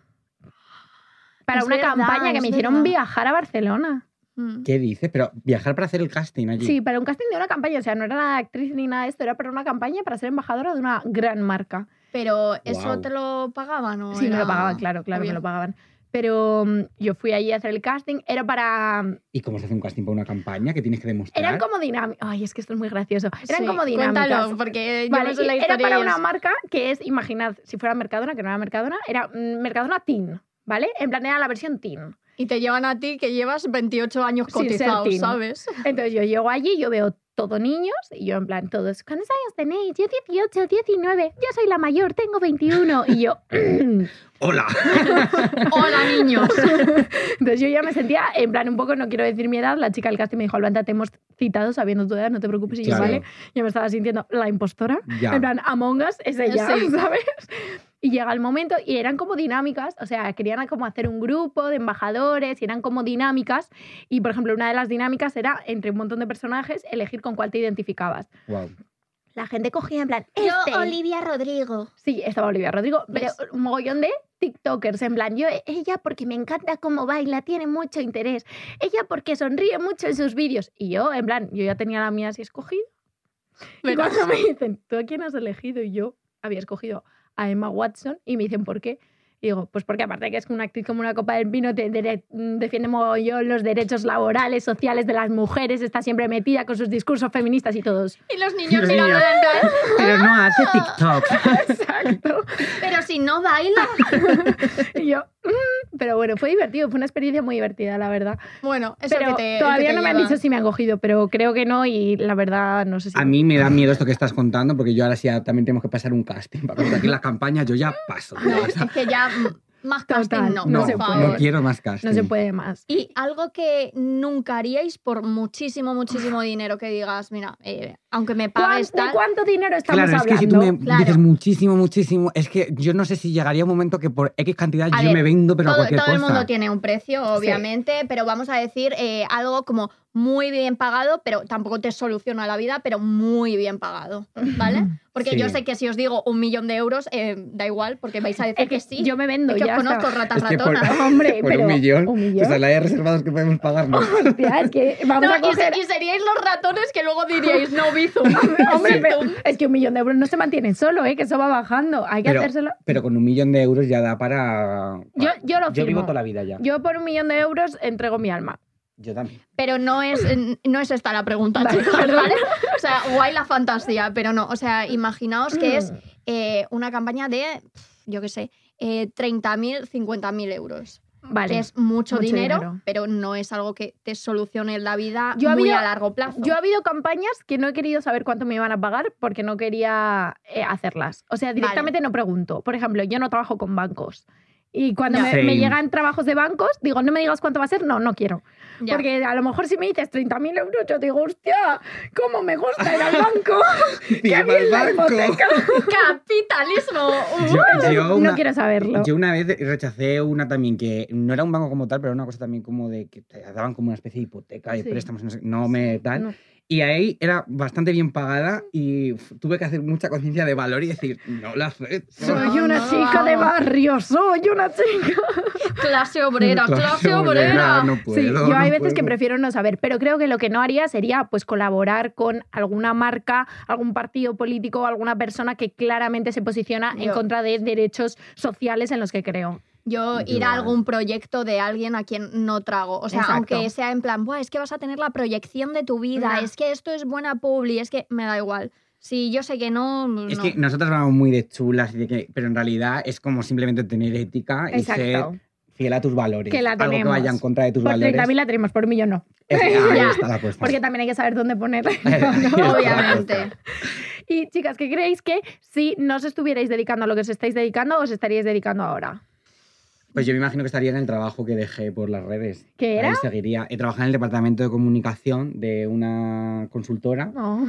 [SPEAKER 4] Para
[SPEAKER 6] Es
[SPEAKER 4] una
[SPEAKER 6] verdad,
[SPEAKER 4] campaña que
[SPEAKER 6] es
[SPEAKER 4] me hicieron
[SPEAKER 6] verdad.
[SPEAKER 4] viajar a Barcelona.
[SPEAKER 6] Mm.
[SPEAKER 5] ¿Qué dices? Pero viajar para hacer el casting allí.
[SPEAKER 4] Sí, para un casting de una campaña. O sea, no era actriz ni nada de esto, era para una campaña para ser embajadora de una gran marca.
[SPEAKER 6] Pero eso
[SPEAKER 5] Guau.
[SPEAKER 6] te lo pagaban o
[SPEAKER 4] sí, me
[SPEAKER 6] era-
[SPEAKER 4] lo pagaban, claro, claro, me
[SPEAKER 6] obvio?
[SPEAKER 4] lo pagaban. Pero mm, yo fui allí a hacer el casting, era para... mm,
[SPEAKER 5] ¿Y cómo se hace un casting para una campaña que tienes que demostrar?
[SPEAKER 4] Eran como dinámicas... Ay, es que esto es muy gracioso. Eran
[SPEAKER 6] Sí,
[SPEAKER 4] como dinámicas.
[SPEAKER 6] Cuéntalo, porque yo
[SPEAKER 4] Vale,
[SPEAKER 6] no sé la
[SPEAKER 4] y era
[SPEAKER 6] historia
[SPEAKER 4] para
[SPEAKER 6] y
[SPEAKER 4] una
[SPEAKER 6] es-
[SPEAKER 4] marca que es, imaginad, si fuera Mercadona, que no era Mercadona, era mm, Mercadona Teen, ¿vale? En plan era la versión Teen.
[SPEAKER 6] Y te llevan a ti que llevas 28 años
[SPEAKER 4] Sin ser
[SPEAKER 6] cotizado,
[SPEAKER 4] teen.
[SPEAKER 6] ¿sabes?
[SPEAKER 4] Entonces yo llego allí, yo veo todo niños y yo en plan, todos, ¿cuántos años tenéis? Yo 18, 19, yo soy la mayor, tengo 21. Y yo,
[SPEAKER 5] ¡Hola!
[SPEAKER 6] Hola, niños.
[SPEAKER 4] Entonces yo ya me sentía, en plan, un poco, no quiero decir mi edad, la chica del casting me dijo, Alvanta, te hemos citado sabiendo tu edad, no te preocupes, y
[SPEAKER 5] Claro,
[SPEAKER 4] yo, vale, yo me estaba sintiendo la impostora.
[SPEAKER 5] Ya.
[SPEAKER 4] En plan, Among Us es ella,
[SPEAKER 6] Sí.
[SPEAKER 4] ¿sabes? Y llega el momento y eran como dinámicas, o sea, querían como hacer un grupo de embajadores y eran como dinámicas. Y, por ejemplo, una de las dinámicas era, entre un montón de personajes, elegir con cuál te identificabas.
[SPEAKER 5] Guau.
[SPEAKER 4] la gente cogía en plan, este.
[SPEAKER 6] Yo, Olivia Rodrigo.
[SPEAKER 4] Sí, estaba Olivia Rodrigo, pero
[SPEAKER 6] ¿Ves?
[SPEAKER 4] un mogollón de TikTokers, en plan, yo, ella porque me encanta cómo baila, tiene mucho interés, ella porque sonríe mucho en sus vídeos, y yo, en plan, yo ya tenía la mía así escogida, y
[SPEAKER 7] Verás.
[SPEAKER 4] cuando me dicen, ¿tú a quién has elegido? Y yo había escogido a Emma Watson, y me dicen, ¿por qué? Y digo, pues porque aparte de que es una actriz como una copa del vino, te dere- mm, defiende mogollón los derechos laborales, sociales de las mujeres, está siempre metida con sus discursos feministas y todos.
[SPEAKER 7] Y los
[SPEAKER 5] Los
[SPEAKER 7] niños mirando
[SPEAKER 5] niños.
[SPEAKER 7] en plan,
[SPEAKER 5] Pero no hace TikTok.
[SPEAKER 4] Exacto.
[SPEAKER 6] Pero si no baila.
[SPEAKER 4] Y yo, mm, pero bueno, fue divertido, fue una experiencia muy divertida, la verdad.
[SPEAKER 7] Bueno, es
[SPEAKER 4] pero
[SPEAKER 7] el que te. el que
[SPEAKER 4] todavía
[SPEAKER 7] te
[SPEAKER 4] no me han
[SPEAKER 7] lleva.
[SPEAKER 4] dicho si me han cogido, pero creo que no y la verdad no sé si...
[SPEAKER 5] A mí me da miedo esto que estás contando, porque yo ahora sí ya también tenemos que pasar un casting. Para aquí en la campaña yo ya paso.
[SPEAKER 6] No, es que ya mm, más casting
[SPEAKER 4] Total,
[SPEAKER 6] no,
[SPEAKER 5] no,
[SPEAKER 6] por
[SPEAKER 4] se
[SPEAKER 6] favor.
[SPEAKER 5] no quiero más casting.
[SPEAKER 4] No se puede más.
[SPEAKER 6] Y algo que nunca haríais por muchísimo, muchísimo dinero que digas, mira, eh, aunque me pagues
[SPEAKER 4] ¿Cuán-
[SPEAKER 6] tal.
[SPEAKER 4] ¿De cuánto dinero estamos
[SPEAKER 5] Claro, es que si tú
[SPEAKER 4] hablando?
[SPEAKER 5] me
[SPEAKER 6] Claro.
[SPEAKER 5] dices muchísimo, muchísimo, es que yo no sé si llegaría un momento que por X cantidad
[SPEAKER 6] A
[SPEAKER 5] yo
[SPEAKER 6] ver,
[SPEAKER 5] me vendo, pero a
[SPEAKER 6] Todo,
[SPEAKER 5] cualquier
[SPEAKER 6] todo el
[SPEAKER 5] cosa.
[SPEAKER 6] mundo tiene un precio, obviamente, pero vamos a decir eh, algo como muy bien pagado, pero tampoco te soluciona la vida, pero muy bien pagado, ¿vale? Porque
[SPEAKER 5] Sí.
[SPEAKER 6] yo sé que si os digo un millón de euros, eh, da igual, porque vais a decir
[SPEAKER 4] Es que
[SPEAKER 6] que sí.
[SPEAKER 4] yo me vendo
[SPEAKER 6] Es que os
[SPEAKER 4] ya. está.
[SPEAKER 6] conozco ratas
[SPEAKER 5] Es que por-
[SPEAKER 6] ratonas.
[SPEAKER 4] Hombre,
[SPEAKER 5] Por
[SPEAKER 4] pero...
[SPEAKER 5] un millón,
[SPEAKER 4] un
[SPEAKER 5] pues a la de reservados que podemos pagarnos.
[SPEAKER 4] Hostia, es que vamos
[SPEAKER 6] No,
[SPEAKER 4] a
[SPEAKER 6] y se-
[SPEAKER 4] coger...
[SPEAKER 6] y, seríais los ratones que luego diríais no bizo.
[SPEAKER 4] Hombre, pero es que un millón de euros no se mantiene solo, ¿eh? que eso va bajando. Hay que
[SPEAKER 5] Pero-
[SPEAKER 4] hacérselo...
[SPEAKER 5] Pero con un millón de euros ya da para...
[SPEAKER 4] Yo, yo lo
[SPEAKER 5] Yo vivo
[SPEAKER 4] firmo.
[SPEAKER 5] toda la vida ya.
[SPEAKER 4] Yo por un millón de euros entrego mi alma.
[SPEAKER 5] Yo también.
[SPEAKER 6] Pero no es, no es esta la pregunta,
[SPEAKER 4] Vale,
[SPEAKER 6] chicos,
[SPEAKER 4] perdón.
[SPEAKER 6] Ah, ¿vale? O sea, guay la fantasía, pero no. O sea, imaginaos que es eh, una campaña de, pf, yo qué sé, eh, 30.000, 50.000 euros.
[SPEAKER 4] Vale.
[SPEAKER 6] Que es mucho,
[SPEAKER 4] mucho
[SPEAKER 6] dinero,
[SPEAKER 4] dinero.
[SPEAKER 6] pero no es algo que te solucione la vida
[SPEAKER 4] Yo
[SPEAKER 6] muy
[SPEAKER 4] había-
[SPEAKER 6] a largo plazo.
[SPEAKER 4] Yo ha habido campañas que no he querido saber cuánto me iban a pagar porque no quería eh, hacerlas. O sea, directamente no pregunto. Por ejemplo, yo no trabajo con bancos. Y cuando
[SPEAKER 6] Ya.
[SPEAKER 4] me,
[SPEAKER 5] Sí.
[SPEAKER 4] me llegan trabajos de bancos, digo, no me digas cuánto va a ser, no, no quiero.
[SPEAKER 6] Ya.
[SPEAKER 4] Porque a lo mejor si me dices 30.000 euros, yo digo, hostia, cómo me gusta ir al banco. ¡Qué
[SPEAKER 5] Viva
[SPEAKER 4] bien
[SPEAKER 5] el
[SPEAKER 4] la
[SPEAKER 5] banco.
[SPEAKER 4] hipoteca!
[SPEAKER 6] ¡Capitalismo! Uh,
[SPEAKER 5] Yo, yo una-
[SPEAKER 4] No quiero saberlo.
[SPEAKER 5] Yo una vez rechacé una también que no era un banco como tal, pero era una cosa también como de que te daban como una especie de hipoteca de
[SPEAKER 4] Sí.
[SPEAKER 5] préstamos, no, sé, no me tal.
[SPEAKER 4] No.
[SPEAKER 5] Y ahí era bastante bien pagada y f- tuve que hacer mucha conciencia de valor y decir, no la acepto.
[SPEAKER 4] Soy
[SPEAKER 6] No,
[SPEAKER 4] una
[SPEAKER 6] no,
[SPEAKER 4] chica de
[SPEAKER 6] vamos.
[SPEAKER 4] barrio, soy una chica.
[SPEAKER 6] clase obrera, clase, obrera.
[SPEAKER 5] No puedo,
[SPEAKER 4] Sí, yo
[SPEAKER 5] no
[SPEAKER 4] hay veces que
[SPEAKER 5] puedo.
[SPEAKER 4] prefiero no saber, pero creo que lo que no haría sería pues colaborar con alguna marca, algún partido político, alguna persona que claramente se posiciona en
[SPEAKER 6] Yo-
[SPEAKER 4] contra de derechos sociales en los que creo.
[SPEAKER 6] Yo ir a
[SPEAKER 5] Igual.
[SPEAKER 6] algún proyecto de alguien a quien no trago. O sea,
[SPEAKER 4] Exacto.
[SPEAKER 6] aunque sea en plan, Buah, es que vas a tener la proyección de tu vida,
[SPEAKER 4] Nah.
[SPEAKER 6] es que esto es buena publi, es que me da igual. Si yo sé que no,
[SPEAKER 5] Es
[SPEAKER 6] no.
[SPEAKER 5] que nosotras vamos muy de chulas, y de que, pero en realidad es como simplemente tener ética y
[SPEAKER 4] Exacto.
[SPEAKER 5] ser fiel a tus valores.
[SPEAKER 4] Que la
[SPEAKER 5] algo que
[SPEAKER 4] tenemos.
[SPEAKER 5] vaya en contra de tus
[SPEAKER 4] Por
[SPEAKER 5] valores.
[SPEAKER 4] 30.000 la tenemos, por un millón no.
[SPEAKER 5] Es- ahí
[SPEAKER 6] Ya.
[SPEAKER 5] está la apuesta.
[SPEAKER 4] Porque también hay que saber dónde poner.
[SPEAKER 6] obviamente.
[SPEAKER 4] y chicas, ¿qué creéis que si no os estuvierais dedicando a lo que os estáis dedicando, os estaríais dedicando ahora?
[SPEAKER 5] Pues yo me imagino que estaría en el trabajo que dejé por las redes.
[SPEAKER 4] ¿Qué era?
[SPEAKER 5] Ahí seguiría. He trabajado en el departamento de comunicación de una consultora
[SPEAKER 4] No.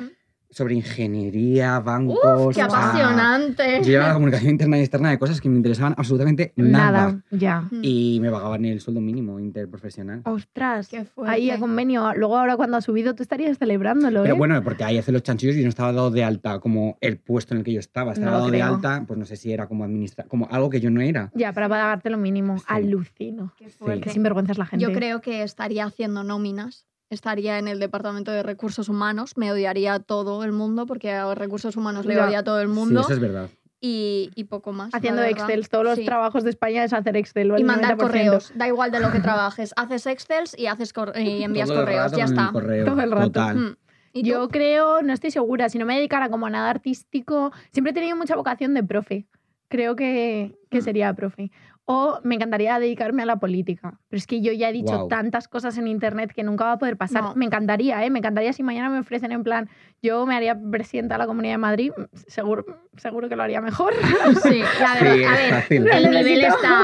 [SPEAKER 5] sobre ingeniería, bancos.
[SPEAKER 6] Uf, qué
[SPEAKER 5] o sea,
[SPEAKER 6] apasionante.
[SPEAKER 5] Yo llevaba la comunicación interna y externa de cosas que me interesaban absolutamente nada.
[SPEAKER 4] Nada, ya.
[SPEAKER 6] Mm,
[SPEAKER 5] Y me pagaban el sueldo mínimo interprofesional.
[SPEAKER 4] Ostras,
[SPEAKER 6] Qué fuerte.
[SPEAKER 4] ahí a convenio. Luego ahora cuando ha subido tú estarías celebrándolo,
[SPEAKER 5] Pero
[SPEAKER 4] ¿eh?
[SPEAKER 5] bueno, porque ahí hace los chanchillos y no estaba dado de alta como el puesto en el que yo estaba. Estaba
[SPEAKER 4] No lo
[SPEAKER 5] dado de
[SPEAKER 4] creo.
[SPEAKER 5] alta, pues no sé si era como administra como algo que yo no era.
[SPEAKER 4] Ya, para pagarte lo mínimo.
[SPEAKER 5] Sí.
[SPEAKER 4] Alucino.
[SPEAKER 6] Qué
[SPEAKER 4] Qué
[SPEAKER 6] fuerte.
[SPEAKER 4] sinvergüenza es la gente.
[SPEAKER 6] Yo creo que estaría haciendo nóminas. Estaría en el departamento de recursos humanos. Me odiaría a todo el mundo porque a recursos humanos le
[SPEAKER 4] Ya.
[SPEAKER 6] odia a todo el
[SPEAKER 5] Sí,
[SPEAKER 6] mundo.
[SPEAKER 5] eso es verdad.
[SPEAKER 6] y, y poco más. la
[SPEAKER 4] Haciendo
[SPEAKER 6] verdad.
[SPEAKER 4] Excel, todos los
[SPEAKER 6] Sí.
[SPEAKER 4] trabajos de España es hacer Excel. o el
[SPEAKER 6] Y mandar
[SPEAKER 4] 90%.
[SPEAKER 6] correos, da igual de lo que trabajes. Haces Excels y, haces cor- y envías
[SPEAKER 5] Todo el
[SPEAKER 6] correos,
[SPEAKER 5] rato
[SPEAKER 6] ya
[SPEAKER 5] en el
[SPEAKER 6] está.
[SPEAKER 5] correo,
[SPEAKER 4] Todo el rato.
[SPEAKER 5] Total.
[SPEAKER 6] Mm. ¿Y
[SPEAKER 4] Yo
[SPEAKER 6] tú?
[SPEAKER 4] creo, no estoy segura, si no me dedicara como a nada artístico, siempre he tenido mucha vocación de profe. Creo que,
[SPEAKER 6] Mm.
[SPEAKER 4] que sería profe. O me encantaría dedicarme a la política. Pero es que yo ya he dicho
[SPEAKER 5] Guau.
[SPEAKER 4] tantas cosas en internet que nunca va a poder pasar.
[SPEAKER 6] No.
[SPEAKER 4] Me encantaría, ¿eh? Me encantaría si mañana me ofrecen en plan, yo me haría presidenta de la Comunidad de Madrid, seguro, seguro que lo haría mejor.
[SPEAKER 6] Sí, la
[SPEAKER 5] Sí,
[SPEAKER 6] verdad,
[SPEAKER 5] es
[SPEAKER 6] a ver,
[SPEAKER 5] fácil.
[SPEAKER 4] No
[SPEAKER 6] el nivel
[SPEAKER 4] necesito-
[SPEAKER 6] está,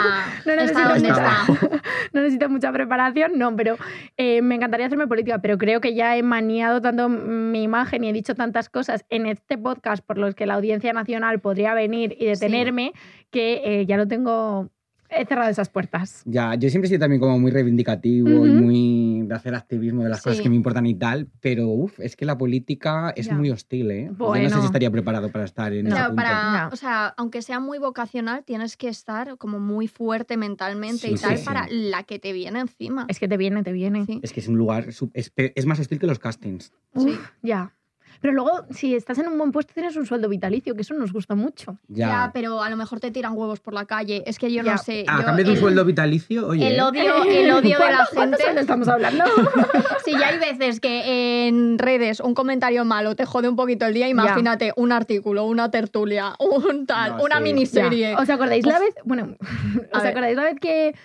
[SPEAKER 4] no necesito
[SPEAKER 6] está donde
[SPEAKER 4] mucha-
[SPEAKER 6] está.
[SPEAKER 4] no necesito mucha preparación, no, pero eh, me encantaría hacerme política, pero creo que ya he maniado tanto mi imagen y he dicho tantas cosas en este podcast por los que la audiencia nacional podría venir y detenerme que eh, ya lo tengo he cerrado esas puertas.
[SPEAKER 5] Ya, yo siempre he sido también como muy reivindicativo y
[SPEAKER 4] Ujú.
[SPEAKER 5] muy de hacer activismo de las cosas
[SPEAKER 6] Sí.
[SPEAKER 5] que me importan y tal, pero uf, es que la política es
[SPEAKER 4] Ya.
[SPEAKER 5] muy hostil, ¿eh? Yo no sé
[SPEAKER 4] Bueno.
[SPEAKER 5] si estaría preparado para estar en
[SPEAKER 4] No,
[SPEAKER 5] ese
[SPEAKER 6] Claro,
[SPEAKER 5] punto.
[SPEAKER 6] para,
[SPEAKER 4] No.
[SPEAKER 6] o sea, aunque sea muy vocacional, tienes que estar como muy fuerte mentalmente
[SPEAKER 5] Sí,
[SPEAKER 6] y tal
[SPEAKER 5] sí, sí.
[SPEAKER 6] para la que te viene encima.
[SPEAKER 4] Es que te viene, te viene.
[SPEAKER 6] Sí.
[SPEAKER 5] Es que es un lugar, sub- es, pe- es más hostil que los castings.
[SPEAKER 4] Uf, ya. Pero luego, si estás en un buen puesto, tienes un sueldo vitalicio, que eso nos gusta mucho.
[SPEAKER 5] Ya.
[SPEAKER 6] Ya, pero a lo mejor te tiran huevos por la calle. Es que yo
[SPEAKER 4] Ya.
[SPEAKER 6] no sé.
[SPEAKER 5] Ah,
[SPEAKER 6] yo-
[SPEAKER 5] a cambio de un
[SPEAKER 6] el-
[SPEAKER 5] sueldo vitalicio, oye. ¿eh?
[SPEAKER 6] El odio, el odio de la
[SPEAKER 4] ¿Cuántos- cuántos sueldos
[SPEAKER 6] gente.
[SPEAKER 4] estamos hablando?
[SPEAKER 6] Si ya hay veces que en redes un comentario malo te jode un poquito el día, imagínate un artículo, una tertulia, un tal,
[SPEAKER 5] No,
[SPEAKER 6] una
[SPEAKER 5] sí.
[SPEAKER 6] miniserie.
[SPEAKER 4] Ya. ¿Os acordáis la
[SPEAKER 6] Uf.
[SPEAKER 4] vez? Bueno,
[SPEAKER 6] A
[SPEAKER 4] ¿os
[SPEAKER 6] ver.
[SPEAKER 4] acordáis la vez que,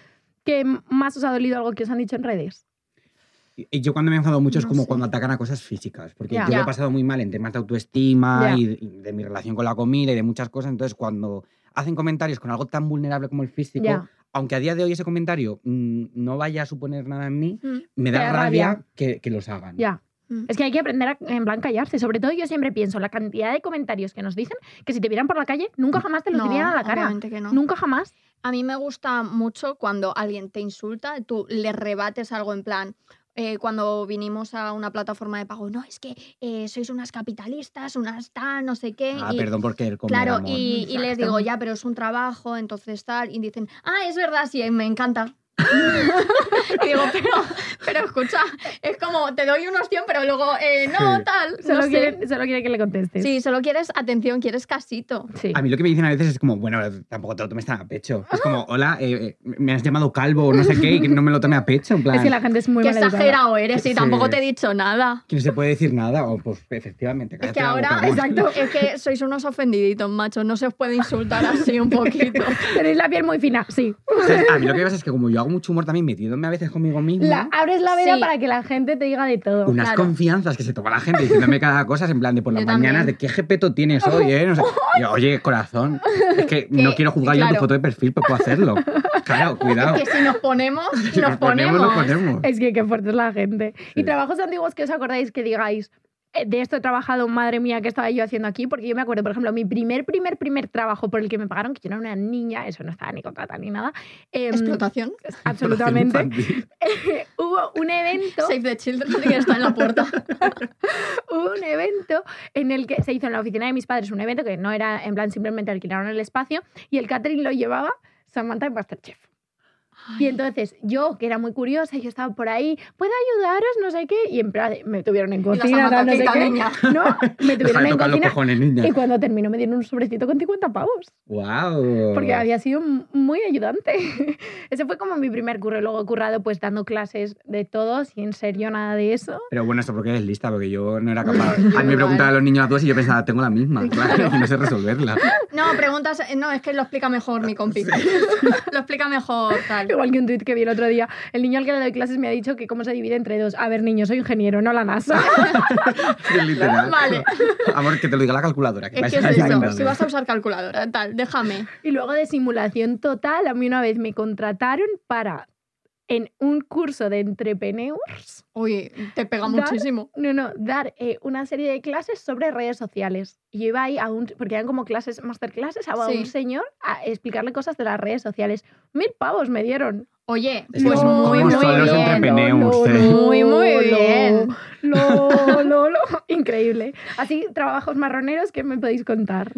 [SPEAKER 4] que más os ha dolido algo que os han dicho en redes?
[SPEAKER 5] Y yo cuando me he enfadado mucho es
[SPEAKER 6] No
[SPEAKER 5] como
[SPEAKER 6] sé.
[SPEAKER 5] cuando atacan a cosas físicas, porque
[SPEAKER 4] Ya.
[SPEAKER 5] yo lo
[SPEAKER 6] Ya.
[SPEAKER 5] he pasado muy mal en temas de autoestima
[SPEAKER 4] Ya.
[SPEAKER 5] y y de mi relación con la comida y de muchas cosas, entonces cuando hacen comentarios con algo tan vulnerable como el físico,
[SPEAKER 4] Ya.
[SPEAKER 5] aunque a día de hoy ese comentario mm, no vaya a suponer nada en mí,
[SPEAKER 6] Mm.
[SPEAKER 5] me da
[SPEAKER 4] Te da
[SPEAKER 5] rabia,
[SPEAKER 4] rabia.
[SPEAKER 5] Que, que los hagan.
[SPEAKER 4] Ya.
[SPEAKER 6] Mm.
[SPEAKER 4] Es que hay que aprender a en plan callarse. Sobre todo yo siempre pienso la cantidad de comentarios que nos dicen que si te vieran por la calle, nunca jamás te los
[SPEAKER 6] No,
[SPEAKER 4] dirían a la cara.
[SPEAKER 6] obviamente que no.
[SPEAKER 4] Nunca jamás.
[SPEAKER 6] A mí me gusta mucho cuando alguien te insulta, tú le rebates algo en plan. eh, cuando vinimos a una plataforma de pago, no, es que eh, sois unas capitalistas, unas tan, no sé qué.
[SPEAKER 5] Ah,
[SPEAKER 6] y-
[SPEAKER 5] perdón porque el comer,
[SPEAKER 6] Claro,
[SPEAKER 5] amor.
[SPEAKER 6] y, y les
[SPEAKER 4] Exacto.
[SPEAKER 6] digo, ya, pero es un trabajo, entonces tal. Y dicen, ah, es verdad, sí, me encanta. y digo, pero, pero escucha, es como, te doy unos 100, pero luego, eh, no,
[SPEAKER 5] Sí.
[SPEAKER 6] tal. no
[SPEAKER 4] Solo,
[SPEAKER 6] sé".
[SPEAKER 4] quieren, solo quieren que le contestes.
[SPEAKER 6] Sí, solo quieres atención, quieres casito.
[SPEAKER 4] Sí.
[SPEAKER 5] A mí lo que me dicen a veces es como, bueno, tampoco te lo tomes tan a pecho. Es como, hola, eh, eh, me has llamado calvo o no sé qué y que no me lo tome a pecho. En plan,
[SPEAKER 4] Es que la gente es muy
[SPEAKER 6] Qué
[SPEAKER 4] maleducada.
[SPEAKER 6] exagerado eres, y
[SPEAKER 5] Sí.
[SPEAKER 6] tampoco te he dicho nada.
[SPEAKER 5] que no se puede decir nada. O pues efectivamente,
[SPEAKER 6] Es
[SPEAKER 5] cállate
[SPEAKER 6] que
[SPEAKER 5] la boca,
[SPEAKER 6] ahora,
[SPEAKER 5] amor.
[SPEAKER 6] exacto, es que sois unos ofendiditos, macho, no se os puede insultar así un poquito.
[SPEAKER 4] Tenéis la piel muy fina, sí.
[SPEAKER 5] ¿Sabes? A mí lo que pasa es que como yo hago mucho humor también metiéndome a veces conmigo mismo,
[SPEAKER 4] La- abres la vena
[SPEAKER 6] Sí.
[SPEAKER 4] para que la gente te diga de todo.
[SPEAKER 5] unas
[SPEAKER 6] claro.
[SPEAKER 5] confianzas que se toma la gente diciéndome cada cosa en plan de por las
[SPEAKER 6] Yo también.
[SPEAKER 5] mañanas, de qué jepeto tienes hoy, ¿eh? No sé. Yo, oye, corazón, es que no quiero juzgar yo
[SPEAKER 6] claro.
[SPEAKER 5] tu foto de perfil, pero puedo hacerlo. Claro, cuidado.
[SPEAKER 6] Que si nos ponemos,
[SPEAKER 5] Si
[SPEAKER 6] nos ponemos.
[SPEAKER 5] nos ponemos.
[SPEAKER 4] Es que qué fuerte es la gente. Y
[SPEAKER 5] Sí.
[SPEAKER 4] trabajos antiguos que os acordáis que digáis, "Eh, de esto he trabajado, madre mía, ¿qué estaba yo haciendo aquí? Porque yo me acuerdo, por ejemplo, mi primer, primer, primer trabajo por el que me pagaron, que yo era una niña, eso no estaba ni contratada ni nada. em,
[SPEAKER 6] Explotación.
[SPEAKER 4] absolutamente.
[SPEAKER 5] Infantil.
[SPEAKER 4] Hubo un evento.
[SPEAKER 6] Save the children que está en la puerta.
[SPEAKER 4] hubo un evento en el que se hizo en la oficina de mis padres un evento que no era en plan simplemente alquilaron el espacio y el catering lo llevaba Samantha en Masterchef. Y entonces yo, que era muy curiosa, yo estaba por ahí, ¿puedo ayudaros? No sé qué. Y en plan, me tuvieron en cocina,
[SPEAKER 6] Samantha,
[SPEAKER 4] tal, no sé
[SPEAKER 6] "Quita,
[SPEAKER 4] qué.
[SPEAKER 6] niña".
[SPEAKER 4] No, me
[SPEAKER 5] Deja
[SPEAKER 4] tuvieron
[SPEAKER 5] de
[SPEAKER 4] en
[SPEAKER 5] tocar los
[SPEAKER 4] cocina.
[SPEAKER 5] cojones, niña.
[SPEAKER 4] Y cuando terminó me dieron un sobrecito con 50 pavos.
[SPEAKER 5] ¡Wow!
[SPEAKER 4] Porque había sido m- muy ayudante. Ese fue como mi primer curro. Luego he currado pues dando clases de todos y en serio nada de eso.
[SPEAKER 5] Pero bueno, esto porque eres lista, porque yo no era capaz. A mí me
[SPEAKER 6] Igual.
[SPEAKER 5] preguntaban a los niños a dos y yo pensaba, tengo la misma, claro, y no sé resolverla.
[SPEAKER 6] No, preguntas. eh, No, es que lo explica mejor mi compi. Lo explica mejor tal.
[SPEAKER 4] Igual que un tuit que vi el otro día. El niño al que le doy clases me ha dicho que cómo se divide entre dos. A ver, niño, soy ingeniero, no la NASA.
[SPEAKER 5] Es literal.
[SPEAKER 6] Vale.
[SPEAKER 5] Amor, que te lo diga la calculadora. Que
[SPEAKER 6] Es que
[SPEAKER 5] vais a
[SPEAKER 6] es eso.
[SPEAKER 5] entenderlo.
[SPEAKER 6] Si vas a usar calculadora, tal, déjame.
[SPEAKER 4] y luego de simulación total, a mí una vez me contrataron para, en un curso de entrepreneurs,
[SPEAKER 6] Uy, te pega
[SPEAKER 4] Dar-
[SPEAKER 6] muchísimo.
[SPEAKER 4] no, no, dar eh, una serie de clases sobre redes sociales. Y yo iba ahí a un, porque eran como clases, masterclasses, a
[SPEAKER 6] Sí.
[SPEAKER 4] un señor a explicarle cosas de las redes sociales. Mil pavos me dieron.
[SPEAKER 6] Oye,
[SPEAKER 5] Es que
[SPEAKER 6] pues
[SPEAKER 5] como-
[SPEAKER 6] muy,
[SPEAKER 5] como
[SPEAKER 6] muy
[SPEAKER 5] son los eh?
[SPEAKER 6] bien.
[SPEAKER 5] entrepreneurs. sí.
[SPEAKER 6] Muy, muy bien.
[SPEAKER 4] Lo, lo, lo. Increíble. Así, trabajos marroneros que me podéis contar.